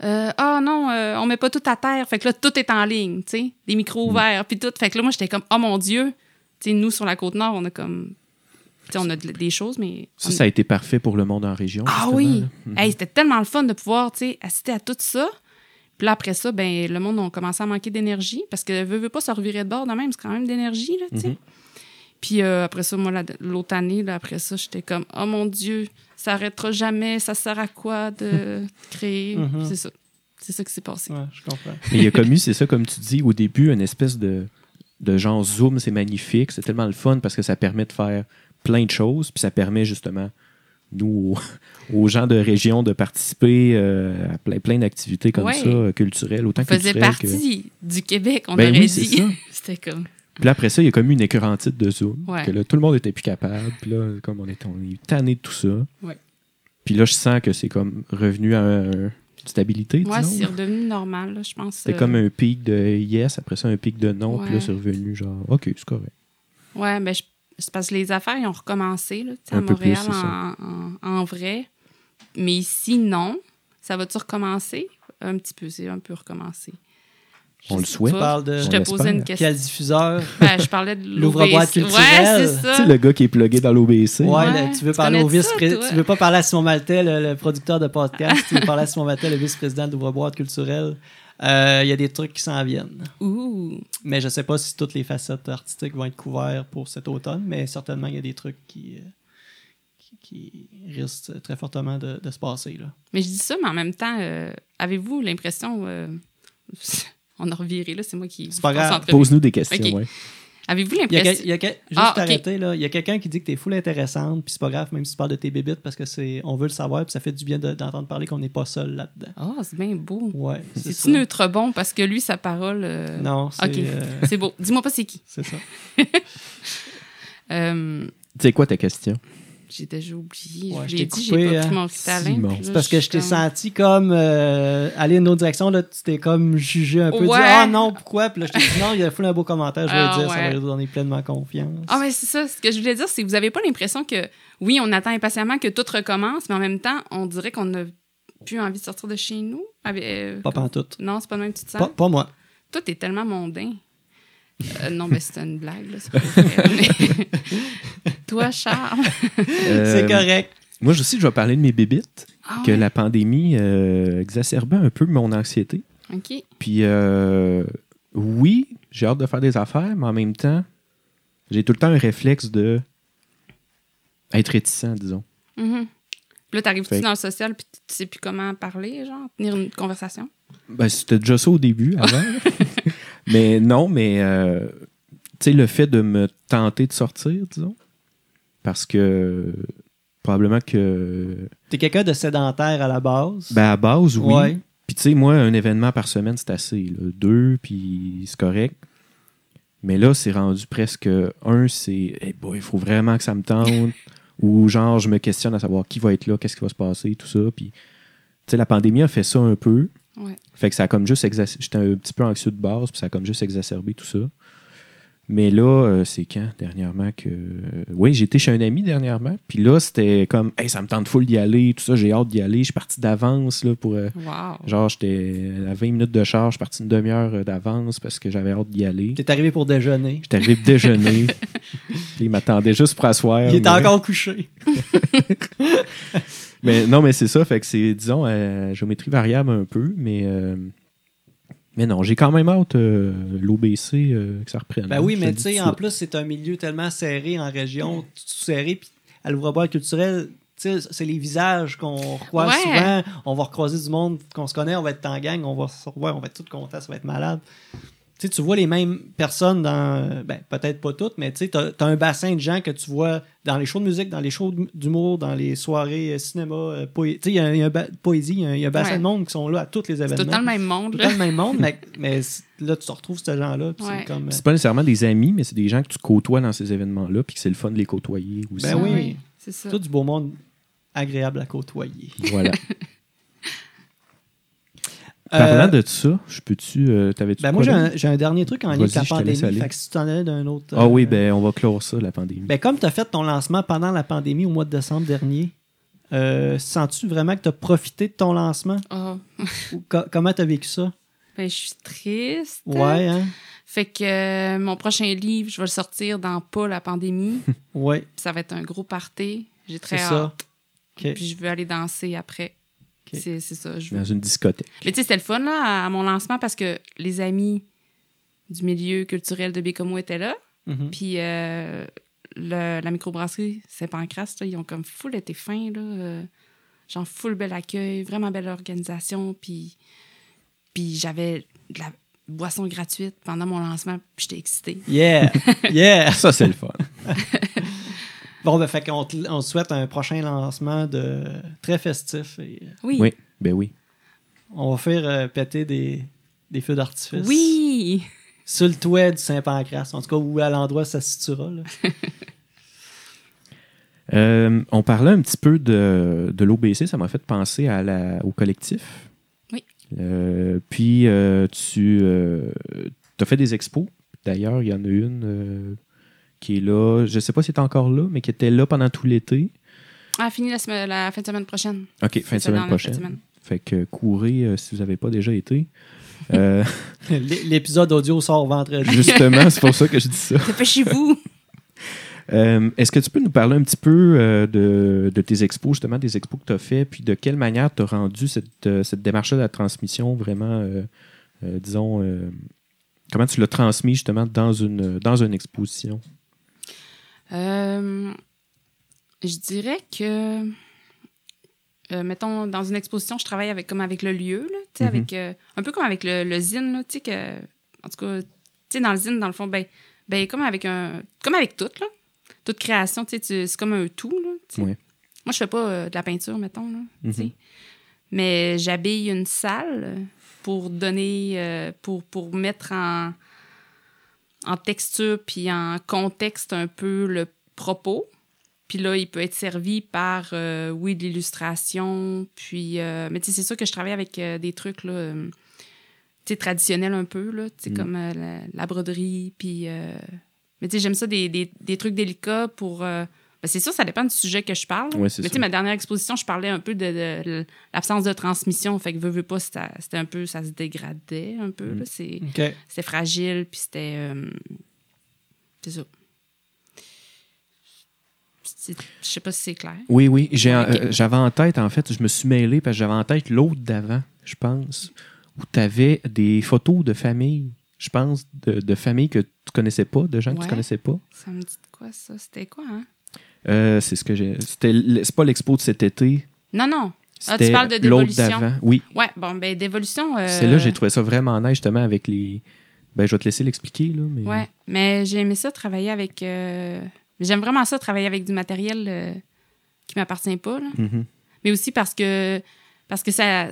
[SPEAKER 3] Euh, ah non, euh, on met pas tout à terre. Fait que là, tout est en ligne, tu sais. Des micros ouverts, puis tout. Fait que là, moi, j'étais comme, oh mon Dieu. Tu sais, nous, sur la Côte-Nord, on a comme, tu sais, on a de- des choses, mais.
[SPEAKER 2] Ça,
[SPEAKER 3] on-
[SPEAKER 2] ça a été parfait pour le monde en région.
[SPEAKER 3] ah
[SPEAKER 2] justement,
[SPEAKER 3] oui!
[SPEAKER 2] Oh, là.
[SPEAKER 3] Hey, c'était tellement le fun de pouvoir tu sais, assister à tout ça. Puis là, après ça, ben, le monde a commencé à manquer d'énergie parce que veut, veut pas se revirer de bord de même, c'est quand même d'énergie. Là, tu sais.
[SPEAKER 2] Mhm.
[SPEAKER 3] Puis euh, après ça, moi, la- l'autre année, là, après ça, j'étais comme Oh mon Dieu, ça arrêtera jamais, ça sert à quoi de créer?
[SPEAKER 1] Mhm.
[SPEAKER 3] C'est ça. C'est ça qui s'est passé.
[SPEAKER 1] Ouais, je comprends.
[SPEAKER 2] Mais il y a commis, c'est ça, comme tu dis, au début, une espèce de, de genre Zoom, c'est magnifique, c'est tellement le fun parce que ça permet de faire plein de choses, puis ça permet justement, nous, aux, aux gens de région, de participer euh, à plein, plein d'activités comme
[SPEAKER 3] Ouais.
[SPEAKER 2] ça, euh, culturelles, autant
[SPEAKER 3] On faisait
[SPEAKER 2] culturelles que...
[SPEAKER 3] partie du Québec, on
[SPEAKER 2] Ben
[SPEAKER 3] aurait
[SPEAKER 2] oui, c'est
[SPEAKER 3] dit.
[SPEAKER 2] ça.
[SPEAKER 3] c'était comme.
[SPEAKER 2] Puis là, après ça, il y a comme eu une écœurantite de Zoom,
[SPEAKER 3] Ouais.
[SPEAKER 2] que là, tout le monde était plus capable, puis là, comme on est, on est tanné de tout ça.
[SPEAKER 3] Ouais.
[SPEAKER 2] Puis là, je sens que c'est comme revenu à euh, une stabilité,
[SPEAKER 3] Moi,
[SPEAKER 2] disons.
[SPEAKER 3] c'est redevenu normal, là, je pense.
[SPEAKER 2] C'était
[SPEAKER 3] euh,
[SPEAKER 2] comme un pic de yes, après ça un pic de non, puis là
[SPEAKER 3] Ouais.
[SPEAKER 2] c'est revenu genre OK, c'est correct.
[SPEAKER 3] Oui, mais ben, je- c'est parce que les affaires, ils ont recommencé là, tu sais, à
[SPEAKER 2] Un peu
[SPEAKER 3] Montréal
[SPEAKER 2] plus, c'est
[SPEAKER 3] en, en- en vrai. Mais ici, non. Ça va-tu recommencer? Un petit peu, c'est un peu recommencé. Je
[SPEAKER 2] On le
[SPEAKER 3] sais
[SPEAKER 2] souhaite.
[SPEAKER 1] Tu
[SPEAKER 3] pas.
[SPEAKER 1] parles de
[SPEAKER 3] Je
[SPEAKER 2] On
[SPEAKER 3] te
[SPEAKER 2] l'espère.
[SPEAKER 3] posais une
[SPEAKER 1] quel
[SPEAKER 3] question.
[SPEAKER 1] diffuseur?
[SPEAKER 3] Ben, je parlais de
[SPEAKER 1] L'ouvre-boîte
[SPEAKER 3] l'OBC.
[SPEAKER 1] culturelle.
[SPEAKER 3] Ouais, c'est
[SPEAKER 2] Tu sais,
[SPEAKER 3] ça.
[SPEAKER 2] le gars qui est plugué dans l'OBC.
[SPEAKER 1] Ouais,
[SPEAKER 3] Ouais,
[SPEAKER 1] le- tu veux
[SPEAKER 3] tu
[SPEAKER 1] parler
[SPEAKER 3] connais
[SPEAKER 1] au vice
[SPEAKER 3] ça,
[SPEAKER 1] pré-
[SPEAKER 3] toi?
[SPEAKER 1] Tu veux pas parler à Simon Maltais, le, le producteur de podcast. tu veux parler à Simon Maltais, le vice-président de boîte culturelle. Euh, Il y a des trucs qui s'en viennent.
[SPEAKER 3] Ouh.
[SPEAKER 1] Mais je sais pas si toutes les facettes artistiques vont être couvertes pour cet automne, mais certainement, il y a des trucs qui, euh, qui, qui risquent très fortement de, de se passer. Là.
[SPEAKER 3] Mais je dis ça, mais en même temps, euh, avez-vous l'impression. euh, on a reviré, là, c'est moi qui.
[SPEAKER 1] C'est pas
[SPEAKER 3] vous
[SPEAKER 1] grave.
[SPEAKER 3] concentre.
[SPEAKER 2] Pose-nous des questions,
[SPEAKER 3] Ok.
[SPEAKER 2] ouais.
[SPEAKER 3] Avez-vous
[SPEAKER 1] Il y a, quel-
[SPEAKER 3] l'impression.
[SPEAKER 1] il y a quel- juste
[SPEAKER 3] Ah, ok.
[SPEAKER 1] t'arrêter, là. Il y a quelqu'un qui dit que t'es full intéressante, puis c'est pas grave, même si tu parles de tes bébites, parce que c'est on veut le savoir, puis ça fait du bien de- d'entendre parler qu'on n'est pas seul là-dedans.
[SPEAKER 3] Ah, c'est bien beau.
[SPEAKER 1] Ouais, c'est ça.
[SPEAKER 3] C'est-tu neutre bon? Parce que lui, sa parole. euh,
[SPEAKER 1] Non, c'est
[SPEAKER 3] Ok.
[SPEAKER 1] euh,
[SPEAKER 3] C'est beau. Dis-moi pas c'est qui.
[SPEAKER 1] c'est ça.
[SPEAKER 3] Euh,
[SPEAKER 2] Tu sais quoi ta question
[SPEAKER 3] J'ai déjà oublié.
[SPEAKER 1] Ouais, je
[SPEAKER 3] je vous l'ai
[SPEAKER 1] t'ai
[SPEAKER 3] dit,
[SPEAKER 1] coupé,
[SPEAKER 3] j'ai pas
[SPEAKER 1] hein,
[SPEAKER 3] pris mon ritalin.
[SPEAKER 2] Simon.
[SPEAKER 3] puis là,
[SPEAKER 1] C'est parce que je
[SPEAKER 3] suis
[SPEAKER 1] t'ai
[SPEAKER 3] comme-
[SPEAKER 1] senti comme euh, aller une autre direction, là, tu t'es comme jugé un peu, dit
[SPEAKER 3] Ouais.
[SPEAKER 1] Ah non, pourquoi Puis là, je t'ai dit Non, il a fait un beau commentaire, je vais
[SPEAKER 3] Ah,
[SPEAKER 1] dire, ça
[SPEAKER 3] ouais.
[SPEAKER 1] va lui donner pleinement confiance.
[SPEAKER 3] Ah ouais, c'est ça. Ce que je voulais dire, c'est que vous avez pas l'impression que, oui, on attend impatiemment que tout recommence, mais en même temps, on dirait qu'on n'a plus envie de sortir de chez nous. Avec, euh,
[SPEAKER 1] Pas pantoute.
[SPEAKER 3] Non, c'est pas le même petit
[SPEAKER 1] Pas,
[SPEAKER 3] sens.
[SPEAKER 1] pas moi.
[SPEAKER 3] Toi, t'es tellement mondain. Euh, non, mais c'était une blague, là. c'est pas vrai, mais- Toi, Charles.
[SPEAKER 1] C'est
[SPEAKER 2] Euh,
[SPEAKER 1] correct.
[SPEAKER 2] Moi aussi, je vais parler de mes bébites,
[SPEAKER 3] Ah
[SPEAKER 2] que
[SPEAKER 3] ouais,
[SPEAKER 2] la pandémie euh, exacerbait un peu mon anxiété.
[SPEAKER 3] OK.
[SPEAKER 2] Puis euh, oui, j'ai hâte de faire des affaires, mais en même temps, j'ai tout le temps un réflexe de être réticent, disons.
[SPEAKER 3] Mhm. Puis Là, t'arrives-tu
[SPEAKER 2] Fait-
[SPEAKER 3] dans le social, puis tu sais plus comment parler, genre, tenir une conversation?
[SPEAKER 2] Ben, c'était déjà ça au début, avant. mais non, mais euh, tu sais, le fait de me tenter de sortir, disons, parce que euh, probablement que,
[SPEAKER 1] T'es quelqu'un de sédentaire à la base.
[SPEAKER 2] ben, à base, oui.
[SPEAKER 1] Ouais.
[SPEAKER 2] Puis tu sais, moi, un événement par semaine, c'est assez. là. Deux, puis c'est correct. Mais là, c'est rendu presque un, c'est Eh boy, il faut vraiment que ça me tente. Ou genre, je me questionne à savoir qui va être là, qu'est-ce qui va se passer, tout ça. Puis, tu sais, la pandémie a fait ça un peu.
[SPEAKER 3] Ouais.
[SPEAKER 2] Fait que ça a comme juste exacerbé. J'étais un petit peu anxieux de base, puis ça a comme juste exacerbé tout ça. Mais là, euh, c'est quand dernièrement que. euh, Oui, j'étais chez un ami dernièrement. Puis là, c'était comme, hey, ça me tente full d'y aller, tout ça, j'ai hâte d'y aller. Je suis parti d'avance là, pour. euh,
[SPEAKER 3] Wow.
[SPEAKER 2] Genre, j'étais à 20 minutes de charge, je suis parti une demi-heure euh, d'avance parce que j'avais hâte d'y aller.
[SPEAKER 1] T'es arrivé pour déjeuner.
[SPEAKER 2] J'étais arrivé pour déjeuner. Puis il m'attendait juste pour asseoir.
[SPEAKER 1] Il était
[SPEAKER 2] mais-
[SPEAKER 1] encore couché.
[SPEAKER 2] Mais non, mais c'est ça. Fait que c'est, disons, euh, géométrie variable un peu, mais. euh, mais non, j'ai quand même hâte euh, l'OBC euh, que ça reprenne. hein,
[SPEAKER 1] Ben oui,
[SPEAKER 2] Je
[SPEAKER 1] mais
[SPEAKER 2] le
[SPEAKER 1] tu
[SPEAKER 2] dis tout
[SPEAKER 1] sais,
[SPEAKER 2] de
[SPEAKER 1] en plus, c'est un milieu tellement serré en région, tout serré, puis à l'ouvreboire culturel, tu sais, c'est les visages qu'on recroise
[SPEAKER 3] Ouais.
[SPEAKER 1] souvent. On va recroiser du monde qu'on se connaît, on va être en gang, on va se revoir, on va être tous contents, ça va être malade. Tu sais, tu vois les mêmes personnes dans, ben, peut-être pas toutes, mais tu sais, t'as t'as un bassin de gens que tu vois dans les shows de musique, dans les shows d'humour, dans les soirées euh, cinéma, euh, poé- tu sais, il y a, il y a un ba- poésie, il y a un- il y a un bassin
[SPEAKER 3] Ouais.
[SPEAKER 1] de monde qui sont là à tous les
[SPEAKER 3] C'est
[SPEAKER 1] événements.
[SPEAKER 3] tout le temps le même
[SPEAKER 1] Tout
[SPEAKER 3] monde.
[SPEAKER 1] le temps
[SPEAKER 3] Là.
[SPEAKER 1] le même monde, mais, mais c- là, tu te retrouves ces gens-là. puis
[SPEAKER 3] Ouais.
[SPEAKER 1] C'est comme. euh,
[SPEAKER 2] suite. C'est pas nécessairement des amis, mais c'est des gens que tu côtoies dans ces événements-là, puis que c'est le fun de les côtoyer aussi.
[SPEAKER 1] Ben oui.
[SPEAKER 3] C'est ça.
[SPEAKER 1] Tout du beau monde agréable à côtoyer.
[SPEAKER 2] Voilà.
[SPEAKER 1] Euh,
[SPEAKER 2] Parlant de ça, je peux-tu. euh, T'avais-tu.
[SPEAKER 1] ben
[SPEAKER 2] de
[SPEAKER 1] moi, j'ai
[SPEAKER 2] quoi, là?
[SPEAKER 1] un, j'ai un dernier truc en lien avec
[SPEAKER 2] Vas-y,
[SPEAKER 1] la
[SPEAKER 2] je te laisse
[SPEAKER 1] pandémie.
[SPEAKER 2] aller.
[SPEAKER 1] Fait que si tu en as d'un autre.
[SPEAKER 2] Ah
[SPEAKER 1] euh,
[SPEAKER 2] oui, ben on va clore ça, la pandémie.
[SPEAKER 1] ben, comme tu as fait ton lancement pendant la pandémie au mois de décembre dernier, euh, sens-tu vraiment que tu as profité de ton lancement?
[SPEAKER 3] Ah.
[SPEAKER 1] Ou co- comment tu as vécu ça?
[SPEAKER 3] Ben, je suis triste.
[SPEAKER 1] Ouais, hein?
[SPEAKER 3] Fait que euh, mon prochain livre, je vais le sortir dans pas la pandémie. Puis
[SPEAKER 1] Ouais,
[SPEAKER 3] ça va être un gros party. J'ai très
[SPEAKER 1] c'est
[SPEAKER 3] hâte.
[SPEAKER 1] ça. Ok.
[SPEAKER 3] Puis je veux aller danser après.
[SPEAKER 1] Ok.
[SPEAKER 3] C'est c'est ça.
[SPEAKER 1] Ben,
[SPEAKER 3] Je veux.
[SPEAKER 2] Dans une discothèque.
[SPEAKER 3] Mais tu sais, c'était le fun là, à mon lancement parce que les amis du milieu culturel de Bécomo étaient là.
[SPEAKER 1] Mhm.
[SPEAKER 3] Puis euh, le- la microbrasserie Saint-Pancras, là, ils ont comme full été fins. Là, euh, genre full bel accueil, vraiment belle organisation. Puis, puis j'avais de la boisson gratuite pendant mon lancement. Puis j'étais excitée.
[SPEAKER 1] Yeah! Yeah!
[SPEAKER 2] Ça, c'est le fun.
[SPEAKER 1] Bon, ben, fait qu'on te, on te souhaite un prochain lancement de très festif. et, euh,
[SPEAKER 3] Oui.
[SPEAKER 2] oui, ben oui.
[SPEAKER 1] on va faire euh, péter des, des feux d'artifice.
[SPEAKER 3] Oui.
[SPEAKER 1] sur le toit du Saint-Pancras, en tout cas où à l'endroit ça se situera. là.
[SPEAKER 2] Euh, on parlait un petit peu de, de l'OBC, ça m'a fait penser à la, au collectif.
[SPEAKER 3] Oui.
[SPEAKER 2] Euh, puis euh, tu as fait des expos. D'ailleurs, il y en a une euh, qui est là, je ne sais pas si elle est encore là, mais qui était là pendant tout l'été.
[SPEAKER 3] Ah, fini la, semaine, la fin de semaine prochaine.
[SPEAKER 2] OK, fin de
[SPEAKER 3] C'est dans
[SPEAKER 2] semaine
[SPEAKER 3] la fin
[SPEAKER 2] prochaine.
[SPEAKER 3] de semaine.
[SPEAKER 2] Fait que courez euh, si vous n'avez pas déjà été. Euh,
[SPEAKER 1] L'é- L'épisode audio sort vendredi.
[SPEAKER 2] justement, c'est pour ça que je dis ça.
[SPEAKER 3] Dépêchez-vous.
[SPEAKER 2] Euh, Est-ce que tu peux nous parler un petit peu euh, de, de tes expos, justement, des expos que tu as fait, puis de quelle manière tu as rendu cette, euh, cette démarche-là de la transmission vraiment, euh, euh, disons, euh, comment tu l'as transmis justement dans une, euh, dans une exposition?
[SPEAKER 3] Euh, je dirais que, euh, mettons, dans une exposition, je travaille avec, comme avec le lieu, là, tu sais,
[SPEAKER 2] Mhm.
[SPEAKER 3] avec, euh, un peu comme avec le, le zine, là, tu sais, que, en tout cas, tu sais, dans le zine, dans le fond, ben, ben comme avec un, comme avec tout, là, toute création, tu sais, tu- c'est comme un tout, là, tu sais.
[SPEAKER 2] Ouais.
[SPEAKER 3] Moi, je fais pas euh, de la peinture, mettons, là, tu sais.
[SPEAKER 2] Mhm.
[SPEAKER 3] mais j'habille une salle pour donner, euh, pour, pour mettre en, en texture puis en contexte un peu le propos. Puis là, il peut être servi par, euh, oui, de l'illustration. Puis, euh, mais tu sais, c'est sûr que je travaille avec euh, des trucs, là, euh, tu sais, traditionnels un peu, là, tu sais,
[SPEAKER 2] Mm.
[SPEAKER 3] comme euh, la, la broderie. Puis, euh, mais tu sais, j'aime ça, des, des- des trucs délicats pour. euh, ben, c'est sûr, ça dépend du sujet que je parle.
[SPEAKER 2] Ouais, c'est
[SPEAKER 3] mais tu
[SPEAKER 2] ça.
[SPEAKER 3] sais, ma dernière exposition, je parlais un peu de, de- de l'absence de transmission. Fait que, veux, veux pas, ça- c'était un peu, ça se dégradait un peu.
[SPEAKER 2] Mm.
[SPEAKER 3] là, c'est
[SPEAKER 1] OK.
[SPEAKER 3] c'était fragile, puis c'était. euh, c'est ça. C'est- Je sais pas si c'est clair.
[SPEAKER 2] Oui, oui. j'ai-
[SPEAKER 3] Ok.
[SPEAKER 2] euh, J'avais en tête, en fait, je me suis mêlé parce que j'avais en tête l'autre d'avant, je pense, où tu avais des photos de famille, je pense, de, de familles que tu connaissais pas, de gens que tu
[SPEAKER 3] Ouais.
[SPEAKER 2] connaissais pas.
[SPEAKER 3] Ça me dit de quoi, ça? C'était quoi, hein?
[SPEAKER 2] Euh, c'est ce que j'ai. C'était l- C'est pas l'expo de cet été.
[SPEAKER 3] Non, non. Ah, tu
[SPEAKER 2] c'était
[SPEAKER 3] parles de
[SPEAKER 2] l'autre
[SPEAKER 3] d'évolution.
[SPEAKER 2] d'avant. Oui,
[SPEAKER 3] Ouais, bon, ben, d'évolution. euh,
[SPEAKER 2] C'est là j'ai trouvé ça vraiment nice, justement, avec les. Ben, je vais te laisser l'expliquer, là. Mais...
[SPEAKER 3] Ouais, mais j'ai aimé ça travailler avec. euh, J'aime vraiment ça travailler avec du matériel euh, qui m'appartient pas, là.
[SPEAKER 2] Mhm.
[SPEAKER 3] mais aussi parce que parce que ça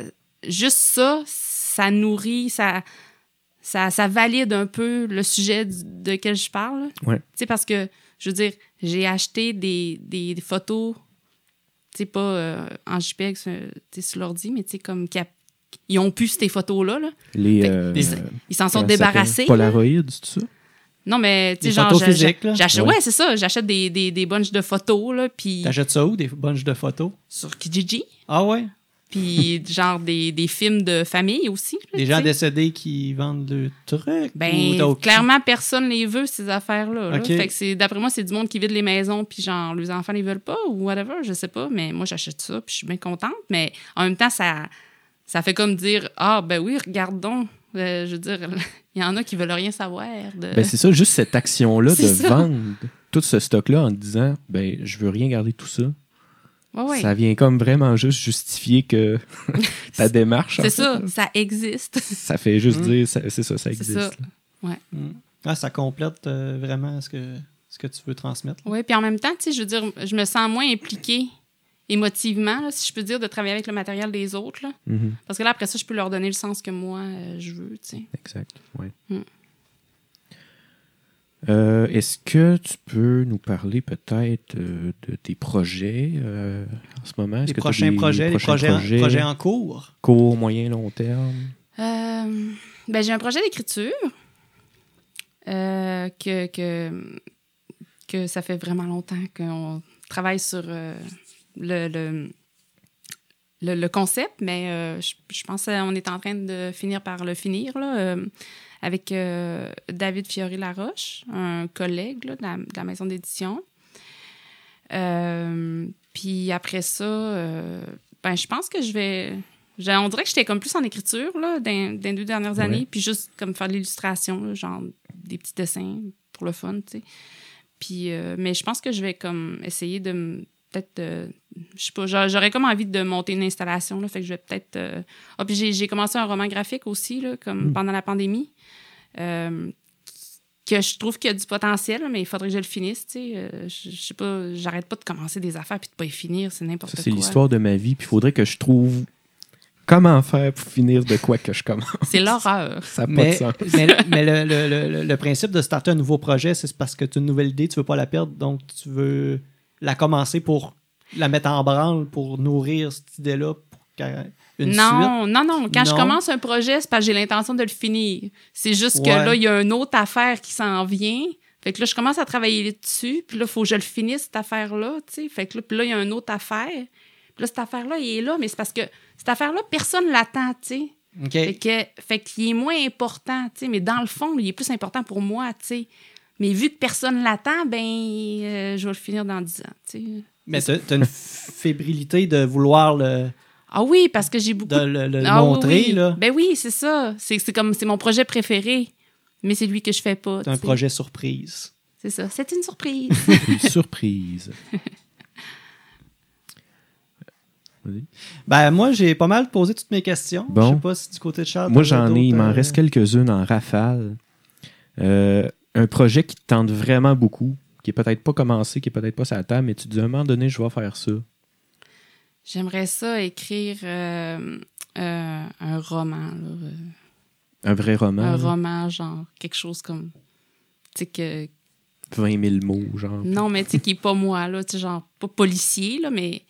[SPEAKER 3] juste ça ça nourrit ça ça, ça valide un peu le sujet du- de quel je parle.
[SPEAKER 2] Ouais.
[SPEAKER 3] Tu sais, parce que, je veux dire, j'ai acheté des, des, des photos, tu sais, pas euh, en JPEG, sur- tu sais, sur l'ordi, mais tu sais, comme cap- ils ont pu ces photos-là. là.
[SPEAKER 2] Les,
[SPEAKER 3] Fait-
[SPEAKER 2] euh,
[SPEAKER 1] Des-
[SPEAKER 2] euh,
[SPEAKER 3] Ils s'en sont
[SPEAKER 2] comment ça s'appelle?
[SPEAKER 3] débarrassés. là.
[SPEAKER 2] Polaroid, c'est ça?
[SPEAKER 3] Non, mais tu
[SPEAKER 1] Des
[SPEAKER 3] sais, genre,
[SPEAKER 1] photos
[SPEAKER 3] j'a-
[SPEAKER 1] physiques, là.
[SPEAKER 3] j'a- j'achète,
[SPEAKER 2] Ouais.
[SPEAKER 3] ouais, c'est ça, j'achète des, des, des bunches de photos, là, puis
[SPEAKER 1] T'achètes ça où, des bunches de photos?
[SPEAKER 3] sur Kijiji,
[SPEAKER 1] Ah ouais?
[SPEAKER 3] puis genre des, des films de famille aussi. là,
[SPEAKER 1] Des
[SPEAKER 3] tu
[SPEAKER 1] gens
[SPEAKER 3] sais.
[SPEAKER 1] décédés qui vendent le truc? ou
[SPEAKER 3] Ben,
[SPEAKER 1] d'autres?
[SPEAKER 3] clairement, personne les veut, ces affaires-là. là.
[SPEAKER 1] Ok.
[SPEAKER 3] Fait que c'est, d'après moi, c'est du monde qui vide les maisons, puis genre, les enfants les veulent pas, ou whatever, je sais pas, mais moi, j'achète ça, puis je suis bien contente, mais en même temps, ça, ça fait comme dire, ah, ben oui, regardons, Euh, je veux dire, il y en a qui veulent rien savoir. De...
[SPEAKER 2] Ben, c'est ça, juste cette action-là de
[SPEAKER 3] Euh. C'est ça.
[SPEAKER 2] vendre tout ce stock-là en disant ben, je veux rien garder tout ça.
[SPEAKER 3] Ouais, ouais.
[SPEAKER 2] Ça vient comme vraiment juste justifier que ta démarche. en
[SPEAKER 3] c'est
[SPEAKER 2] fait,
[SPEAKER 3] ça,
[SPEAKER 2] là.
[SPEAKER 3] ça existe.
[SPEAKER 2] Ça fait juste
[SPEAKER 1] Mm.
[SPEAKER 2] dire ça- c'est ça, ça
[SPEAKER 3] C'est
[SPEAKER 2] existe.
[SPEAKER 3] ça.
[SPEAKER 2] là.
[SPEAKER 1] Ah, ça complète euh, vraiment ce que, ce que tu veux transmettre.
[SPEAKER 3] Oui, puis en même temps, tu sais, je veux dire, je me sens moins impliquée émotivement, là, si je peux dire, de travailler avec le matériel des autres. là.
[SPEAKER 2] Mhm,
[SPEAKER 3] Parce que là, après ça, je peux leur donner le sens que moi, euh, je veux, tu sais.
[SPEAKER 2] Exact. ouais.
[SPEAKER 1] Hmm.
[SPEAKER 3] Mm.
[SPEAKER 2] Euh, Est-ce que tu peux nous parler peut-être euh, de tes projets euh, en ce moment? Est-ce
[SPEAKER 1] Les
[SPEAKER 2] que t'as
[SPEAKER 1] prochains
[SPEAKER 2] des
[SPEAKER 1] projets, les
[SPEAKER 2] prochains
[SPEAKER 1] projets,
[SPEAKER 2] projets,
[SPEAKER 1] En, projets en cours.
[SPEAKER 2] court, moyen, long terme?
[SPEAKER 3] Euh, ben, j'ai un projet d'écriture euh, que, que, que ça fait vraiment longtemps qu'on travaille sur euh, le, le, le- le concept, mais euh, je, je pense qu'on est en train de finir par le finir là, euh, avec euh, David Fiori-Laroche, un collègue là, de, la, de la maison d'édition. Euh, puis après ça, euh, ben, je pense que je vais, j'ai- on dirait que j'étais comme plus en écriture là, dans, dans les deux dernières
[SPEAKER 2] Ouais.
[SPEAKER 3] années, puis juste comme faire de l'illustration, là, genre des petits dessins pour le fun, tu sais. Puis, euh, mais je pense que je vais comme essayer de m- peut-être, euh, je sais pas, j'a- j'aurais comme envie de monter une installation, là, fait que je vais peut-être... euh, Ah, puis j'ai- j'ai commencé un roman graphique aussi, là, comme
[SPEAKER 2] Hmm.
[SPEAKER 3] pendant la pandémie, euh, que je trouve qu'il y a du potentiel, là, mais il faudrait que je le finisse, tu sais. Euh, je je sais pas, j'arrête pas de commencer des affaires puis de pas y finir, c'est n'importe
[SPEAKER 2] Ça,
[SPEAKER 3] quoi.
[SPEAKER 2] c'est l'histoire de ma vie. Puis il faudrait que je trouve comment faire pour finir de quoi que je commence.
[SPEAKER 3] C'est l'horreur.
[SPEAKER 2] Ça n'a pas de
[SPEAKER 1] Mais,
[SPEAKER 2] sens.
[SPEAKER 1] mais, le, mais le- le- le- le principe de starter un nouveau projet, c'est parce que tu as une nouvelle idée, tu veux pas la perdre, donc tu veux la commencer pour la mettre en branle, pour nourrir cette idée-là, pour qu'elle- une suite.
[SPEAKER 3] non, non, non. Quand je
[SPEAKER 1] Non.
[SPEAKER 3] commence un projet, c'est parce que j'ai l'intention de le finir. C'est juste que
[SPEAKER 1] Ouais.
[SPEAKER 3] là, il y a une autre affaire qui s'en vient. Fait que là, je commence à travailler dessus. Puis là, il faut que je le finisse, cette affaire-là. tu sais. Fait que là, puis là, il y a une autre affaire. Puis là, cette affaire-là, il est là. Mais c'est parce que cette affaire-là, personne l'attend, tu sais.
[SPEAKER 1] OK.
[SPEAKER 3] Fait que, fait qu'il est moins important, tu sais, mais dans le fond, il est plus important pour moi, tu sais. Mais vu que personne l'attend, ben, euh, je vais le finir dans 10 ans, tu sais.
[SPEAKER 1] Mais tu as une fébrilité de vouloir le,
[SPEAKER 3] Ah oui, parce que j'ai beaucoup
[SPEAKER 1] de le- le
[SPEAKER 3] Ah oui,
[SPEAKER 1] montrer.
[SPEAKER 3] oui.
[SPEAKER 1] là.
[SPEAKER 3] Ben oui, c'est ça. C'est c'est comme c'est mon projet préféré, mais c'est lui que je fais pas.
[SPEAKER 1] C'est un
[SPEAKER 3] tu sais.
[SPEAKER 1] projet surprise.
[SPEAKER 3] C'est ça. C'est une surprise.
[SPEAKER 2] Une surprise.
[SPEAKER 1] Ben, moi, j'ai pas mal posé toutes mes questions.
[SPEAKER 2] Bon.
[SPEAKER 1] Je sais pas si du côté de Charles.
[SPEAKER 2] Moi,
[SPEAKER 1] t'as
[SPEAKER 2] j'en ai, il
[SPEAKER 1] d'autres,
[SPEAKER 2] m'en
[SPEAKER 1] euh,
[SPEAKER 2] reste quelques-unes en rafale. Euh, un projet qui te tente vraiment beaucoup, qui est peut-être pas commencé, qui est peut-être pas sur la table, mais tu te dis à un moment donné, je vais faire ça.
[SPEAKER 3] J'aimerais ça écrire euh, euh, un roman, là, euh,
[SPEAKER 2] Un vrai
[SPEAKER 1] Ben
[SPEAKER 2] roman,
[SPEAKER 3] un
[SPEAKER 2] là.
[SPEAKER 3] roman genre quelque chose comme, tu sais que
[SPEAKER 2] 20 000 mots, genre.
[SPEAKER 3] non mais tu sais qui est pas moi là, tu sais genre pas policier là, mais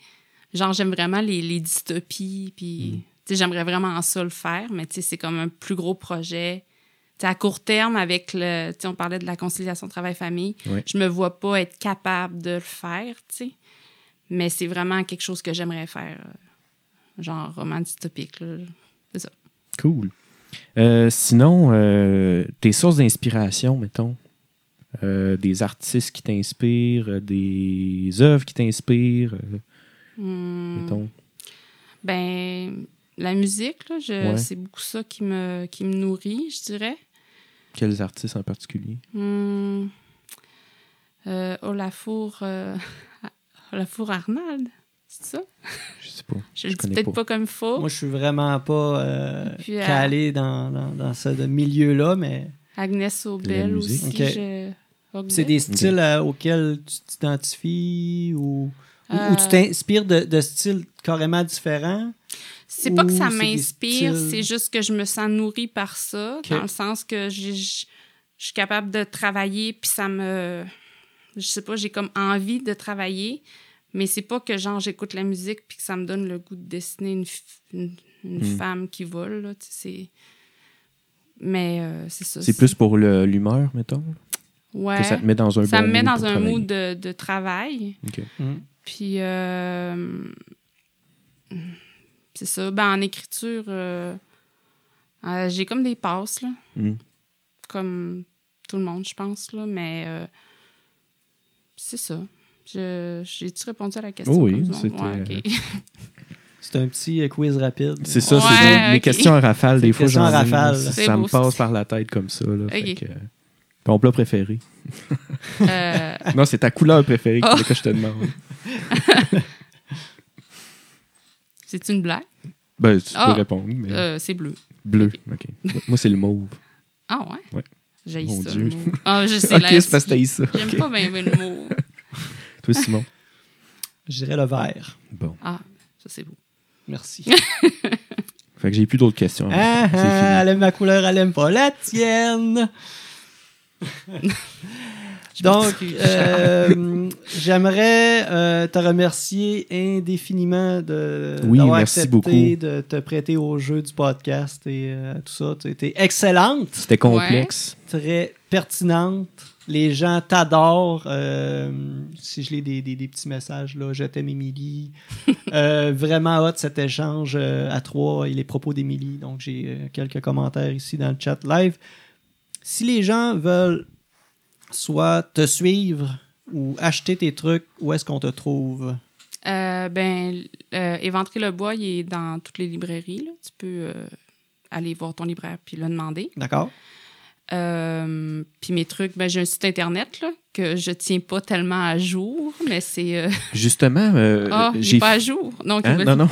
[SPEAKER 3] genre j'aime vraiment les, les dystopies puis
[SPEAKER 2] Mm.
[SPEAKER 3] tu sais j'aimerais vraiment ça le faire, mais tu sais c'est comme un plus gros projet. Tu sais, à court terme, avec le. tu sais, On parlait de la conciliation travail-famille.
[SPEAKER 2] Ouais.
[SPEAKER 3] Je me vois pas être capable de le faire, tu sais. Mais c'est vraiment quelque chose que j'aimerais faire. euh, Genre roman dystopique. là.
[SPEAKER 2] Cool. Euh, sinon, euh, tes sources d'inspiration, mettons, Euh, des artistes qui t'inspirent, euh, des œuvres qui t'inspirent, euh,
[SPEAKER 3] Hum,
[SPEAKER 2] mettons.
[SPEAKER 3] ben, la musique, là, je-
[SPEAKER 2] Ouais.
[SPEAKER 3] c'est beaucoup ça qui me, qui me nourrit, je dirais.
[SPEAKER 2] Quels artistes en particulier?
[SPEAKER 3] Hum, euh, Olafour, euh, Olafour Arnold, c'est ça?
[SPEAKER 2] Je sais pas.
[SPEAKER 3] Je le dis
[SPEAKER 2] connais
[SPEAKER 3] peut-être
[SPEAKER 2] pas.
[SPEAKER 3] pas comme faux.
[SPEAKER 1] Moi, je suis vraiment pas euh,
[SPEAKER 3] Puis, euh,
[SPEAKER 1] calé dans, dans, dans ce de milieu-là, mais
[SPEAKER 3] Agnès
[SPEAKER 2] La
[SPEAKER 3] Aubel
[SPEAKER 2] musique.
[SPEAKER 3] aussi.
[SPEAKER 1] Ok.
[SPEAKER 3] je-
[SPEAKER 1] c'est des styles euh, auxquels tu t'identifies ou, ou-
[SPEAKER 3] Euh,
[SPEAKER 1] ou tu t'inspires de, de styles carrément différents.
[SPEAKER 3] C'est pas que ça
[SPEAKER 1] Ou c'est des
[SPEAKER 3] m'inspire,
[SPEAKER 1] styles?
[SPEAKER 3] c'est juste que je me sens nourrie par ça,
[SPEAKER 1] Ok.
[SPEAKER 3] dans le sens que j'ai- je je suis capable de travailler, puis ça me... Je sais pas, j'ai comme envie de travailler, Mais c'est pas que genre j'écoute la musique puis que ça me donne le goût de dessiner une, f- une- une
[SPEAKER 2] Hmm.
[SPEAKER 3] femme qui vole. Là, tu sais, c'est- Mais euh, c'est ça.
[SPEAKER 2] C'est plus pour le- l'humeur, mettons,
[SPEAKER 3] Ouais.
[SPEAKER 2] que ça te met dans un
[SPEAKER 3] Ça
[SPEAKER 2] bon
[SPEAKER 3] me met
[SPEAKER 2] mood
[SPEAKER 3] dans
[SPEAKER 2] pour
[SPEAKER 3] un
[SPEAKER 2] travailler.
[SPEAKER 3] mood de, de travail.
[SPEAKER 2] OK.
[SPEAKER 1] Hum.
[SPEAKER 3] Puis, euh, c'est ça. Ben, en écriture, euh, euh, j'ai comme des passes, là,
[SPEAKER 2] Mm.
[SPEAKER 3] comme tout le monde, je pense, là, mais euh, c'est ça. Je- J'ai-tu répondu à la question?
[SPEAKER 2] Oh oui,
[SPEAKER 3] comme du monde?
[SPEAKER 2] c'était-
[SPEAKER 3] Ouais, ok.
[SPEAKER 1] C'est un petit euh, quiz rapide.
[SPEAKER 2] C'est ça, c'est
[SPEAKER 3] Ouais,
[SPEAKER 2] des- des
[SPEAKER 3] ok.
[SPEAKER 2] questions à rafale.
[SPEAKER 1] C'est
[SPEAKER 2] Des fois,
[SPEAKER 1] questions
[SPEAKER 2] j'en
[SPEAKER 1] à
[SPEAKER 2] ai,
[SPEAKER 1] rafale.
[SPEAKER 2] Ça,
[SPEAKER 3] C'est
[SPEAKER 2] ça
[SPEAKER 3] beau,
[SPEAKER 2] me passe
[SPEAKER 3] ça.
[SPEAKER 2] par la tête comme ça. Là, fait
[SPEAKER 3] Ok.
[SPEAKER 2] que, euh, ton plat préféré.
[SPEAKER 3] Euh,
[SPEAKER 2] Non, c'est ta couleur préférée
[SPEAKER 3] Oh.
[SPEAKER 2] que, que je te demande.
[SPEAKER 3] c'est une blague?
[SPEAKER 2] Ben, tu
[SPEAKER 3] Ah.
[SPEAKER 2] peux répondre, mais
[SPEAKER 3] Euh, c'est bleu.
[SPEAKER 2] bleu. OK. Moi, c'est le mauve.
[SPEAKER 3] Ah ouais?
[SPEAKER 2] Ouais.
[SPEAKER 3] J'ai
[SPEAKER 2] Mon
[SPEAKER 3] ça,
[SPEAKER 2] Dieu.
[SPEAKER 3] le mot. Ah, je sais
[SPEAKER 2] OK,
[SPEAKER 3] la-
[SPEAKER 2] c'est parce que t'as eu ça.
[SPEAKER 3] J'aime
[SPEAKER 2] OK.
[SPEAKER 3] pas bien bien le mot.
[SPEAKER 2] Toi, Simon.
[SPEAKER 1] Je dirais le vert.
[SPEAKER 2] Bon.
[SPEAKER 3] Ah, ça, c'est beau.
[SPEAKER 1] Merci.
[SPEAKER 3] Ah,
[SPEAKER 2] Fait que j'ai plus d'autres questions. hein.
[SPEAKER 1] Ah,
[SPEAKER 2] C'est
[SPEAKER 1] ah,
[SPEAKER 2] fini.
[SPEAKER 1] elle aime ma couleur, elle aime pas la tienne. Donc, euh, j'aimerais euh, te remercier indéfiniment de
[SPEAKER 2] Oui,
[SPEAKER 1] d'avoir
[SPEAKER 2] merci
[SPEAKER 1] accepté
[SPEAKER 2] beaucoup.
[SPEAKER 1] de te prêter au jeu du podcast et euh, tout ça. Tu étais excellente,
[SPEAKER 2] C'était complexe.
[SPEAKER 1] très pertinente. Les gens t'adorent. Euh, si je lis des, des- des petits messages, là, je t'aime, Émilie. Euh, vraiment hot cet échange euh, à trois et les propos d'Émilie. Donc, j'ai euh, quelques commentaires ici dans le chat live. Si les gens veulent soit te suivre ou acheter tes trucs, où est-ce qu'on te trouve?
[SPEAKER 3] Euh, ben, euh, Éventrer le bois, il est dans toutes les librairies. là. Tu peux euh, aller voir ton libraire puis le demander.
[SPEAKER 1] D'accord?
[SPEAKER 3] Euh, puis mes trucs, ben, j'ai un site internet là, que je tiens pas tellement à jour, mais c'est. euh,
[SPEAKER 2] Justement, euh,
[SPEAKER 3] Ah, il est
[SPEAKER 2] j'ai
[SPEAKER 3] pas à jour. Non,
[SPEAKER 2] Hein?
[SPEAKER 3] qu'il
[SPEAKER 2] Non,
[SPEAKER 3] va-
[SPEAKER 2] non.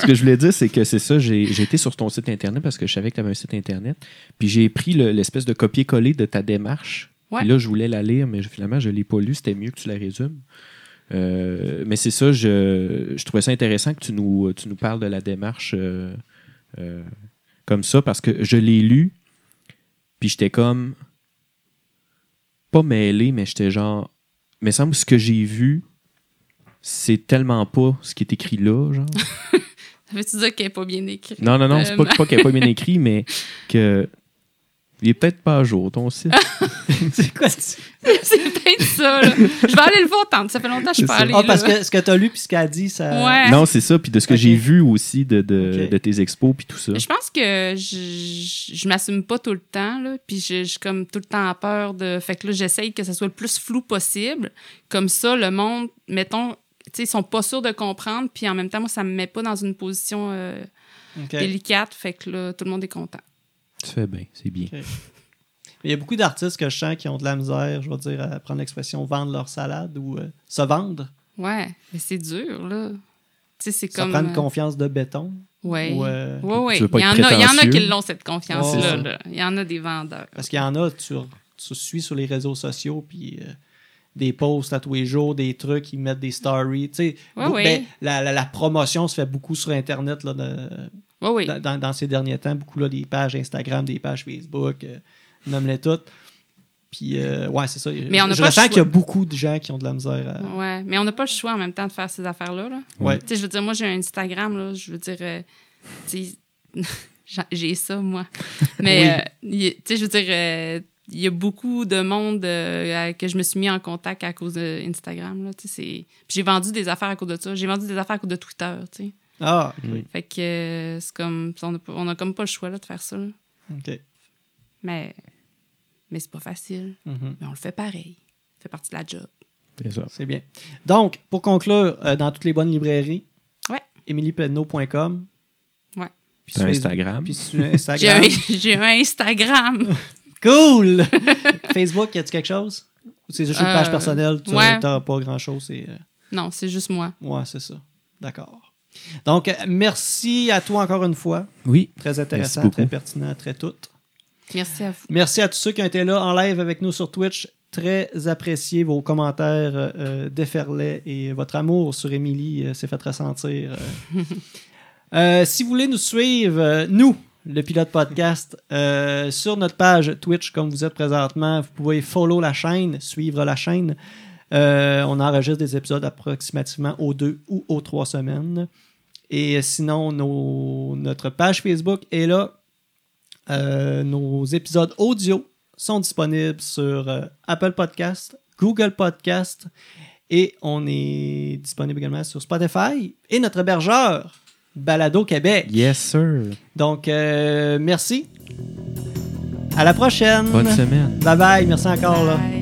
[SPEAKER 2] Ce que je voulais dire, c'est que c'est ça. J'ai j'ai été sur ton site Internet parce que je savais que tu avais un site Internet. Puis j'ai pris le- l'espèce de copier-coller de ta démarche.
[SPEAKER 3] Ouais.
[SPEAKER 2] Puis là, je voulais la lire, mais je- finalement, je ne l'ai pas lu. C'était mieux que tu la résumes. Euh, mais c'est ça, je, je trouvais ça intéressant que tu nous, tu nous parles de la démarche euh, euh, comme ça parce que je l'ai lu. Puis j'étais comme. Pas mêlé, mais j'étais genre. Mais semble que ce que j'ai vu, c'est tellement pas ce qui est écrit là, genre.
[SPEAKER 3] Veux-tu dire qu'il est pas bien écrit?
[SPEAKER 2] Non, non, non, c'est pas,
[SPEAKER 3] Euh,
[SPEAKER 2] pas qu'elle n'est pas bien écrit, mais que. Il est peut-être pas à jour, ton site.
[SPEAKER 1] C'est quoi? tu-
[SPEAKER 3] c'est peut-être ça. là. Je vais aller le voir, tante. Ça fait longtemps que je suis
[SPEAKER 2] C'est
[SPEAKER 3] pas
[SPEAKER 2] ça.
[SPEAKER 3] allée.
[SPEAKER 1] Ah,
[SPEAKER 3] là.
[SPEAKER 1] parce que ce que tu as lu puis ce qu'elle a dit, ça.
[SPEAKER 3] Ouais.
[SPEAKER 2] non, c'est ça, puis de ce que
[SPEAKER 1] Ok.
[SPEAKER 2] j'ai vu aussi de, de,
[SPEAKER 1] Ok.
[SPEAKER 2] de tes expos, puis tout ça.
[SPEAKER 3] Je pense que je, je, je m'assume pas tout le temps, là, puis je, je suis comme tout le temps en peur de... Fait que là, j'essaye que ça soit le plus flou possible. Comme ça, le monde, mettons, tu sais, ils sont pas sûrs de comprendre, puis en même temps, moi, ça me met pas dans une position euh,
[SPEAKER 1] Ok.
[SPEAKER 3] délicate, fait que là, tout le monde est content.
[SPEAKER 2] Tu fais bien, c'est bien.
[SPEAKER 1] Mais Il y a beaucoup d'artistes que je sens qui ont de la misère, je vais dire, à prendre l'expression vendre leur salade ou euh, se vendre.
[SPEAKER 3] Ouais, mais c'est dur, là. Tu sais, c'est
[SPEAKER 1] Ça
[SPEAKER 3] comme...
[SPEAKER 1] prend une
[SPEAKER 3] euh,
[SPEAKER 1] confiance de béton.
[SPEAKER 3] Ouais.
[SPEAKER 1] ou, euh,
[SPEAKER 3] Ouais, ouais.
[SPEAKER 2] Tu veux
[SPEAKER 3] Il
[SPEAKER 2] pas
[SPEAKER 3] y,
[SPEAKER 2] être
[SPEAKER 3] en a, il y en a
[SPEAKER 2] prétentieux.
[SPEAKER 3] qui l'ont, cette confiance-là.
[SPEAKER 1] Ouais.
[SPEAKER 3] là. Il y en a des vendeurs.
[SPEAKER 1] Parce qu'il y en a, tu, tu suis sur les réseaux sociaux, puis euh, des posts à tous les jours, des trucs, ils mettent des stories. Tu sais,
[SPEAKER 3] Ouais,
[SPEAKER 1] beaucoup-
[SPEAKER 3] ouais.
[SPEAKER 1] ben, la, la- la promotion se fait beaucoup sur Internet là, de-
[SPEAKER 3] Ouais, ouais.
[SPEAKER 1] dans, dans- dans ces derniers temps. Beaucoup là, des pages Instagram, des pages Facebook, euh, nomme-les toutes. Puis, euh, ouais, c'est ça.
[SPEAKER 3] Mais on n'a
[SPEAKER 1] je
[SPEAKER 3] pas
[SPEAKER 1] je sens
[SPEAKER 3] le
[SPEAKER 1] qu'il y a beaucoup de gens qui ont de la misère. à-
[SPEAKER 3] Ouais, mais on n'a pas le choix en même temps de faire ces affaires-là, là.
[SPEAKER 1] Ouais.
[SPEAKER 3] Tu sais, je veux dire, moi, j'ai un Instagram, là, je veux dire, euh, tu sais, j'a- j'ai ça, moi. Mais, euh, il est- tu sais, je veux dire, euh, il y a beaucoup de monde euh, à- que je me suis mis en contact à cause de Instagram, là, tu sais, c'est... Puis j'ai vendu des affaires à cause de ça, j'ai vendu des affaires à cause de Twitter, tu sais.
[SPEAKER 1] Ah,
[SPEAKER 3] Fait que euh, c'est comme, on a, pas- on a comme pas le choix, là, de faire ça, là.
[SPEAKER 1] OK.
[SPEAKER 3] Mais, mais c'est pas facile,
[SPEAKER 1] Mhm.
[SPEAKER 3] mais on le fait pareil. Ça fait partie de la job.
[SPEAKER 2] C'est ça.
[SPEAKER 1] C'est bien. Donc, pour conclure, euh, dans toutes les bonnes librairies,
[SPEAKER 3] Ouais.
[SPEAKER 1] emiliepedneau.com.
[SPEAKER 3] Ouais.
[SPEAKER 1] Puis
[SPEAKER 2] T'as
[SPEAKER 1] sur Facebook-
[SPEAKER 2] Instagram.
[SPEAKER 1] Puis sur
[SPEAKER 3] J'ai
[SPEAKER 1] Instagram.
[SPEAKER 3] un, j'ai un Instagram.
[SPEAKER 1] Cool! Facebook, y a-tu quelque chose? Ou c'est juste une page
[SPEAKER 3] Euh,
[SPEAKER 1] personnelle, tu
[SPEAKER 3] ouais.
[SPEAKER 1] t'as pas grand-chose. c'est, euh,
[SPEAKER 3] Non, c'est juste moi.
[SPEAKER 1] Ouais, c'est ça. D'accord. Donc, euh, merci à toi encore une fois.
[SPEAKER 2] Oui.
[SPEAKER 1] Très intéressant,
[SPEAKER 2] beaucoup.
[SPEAKER 1] très pertinent, très tout.
[SPEAKER 3] Merci à vous.
[SPEAKER 1] Merci à tous ceux qui ont été là en live avec nous sur Twitch. Très apprécié vos commentaires euh, euh, déferlaient et votre amour sur Émilie euh, s'est fait ressentir. euh. Euh, si vous voulez nous suivre, euh, nous, le pilote podcast, euh, sur notre page Twitch comme vous êtes présentement, vous pouvez follow la chaîne, suivre la chaîne. Euh, on enregistre des épisodes approximativement aux deux ou aux trois semaines. Et sinon, nos- notre page Facebook est là. Euh, nos épisodes audio sont disponibles sur euh, Apple Podcast, Google Podcast et on est disponible également sur Spotify et notre hébergeur, Balado Québec.
[SPEAKER 2] Yes, sir.
[SPEAKER 1] Donc, euh, merci. À la prochaine.
[SPEAKER 2] Bonne semaine.
[SPEAKER 1] Bye bye. Merci encore. Là.
[SPEAKER 3] Bye.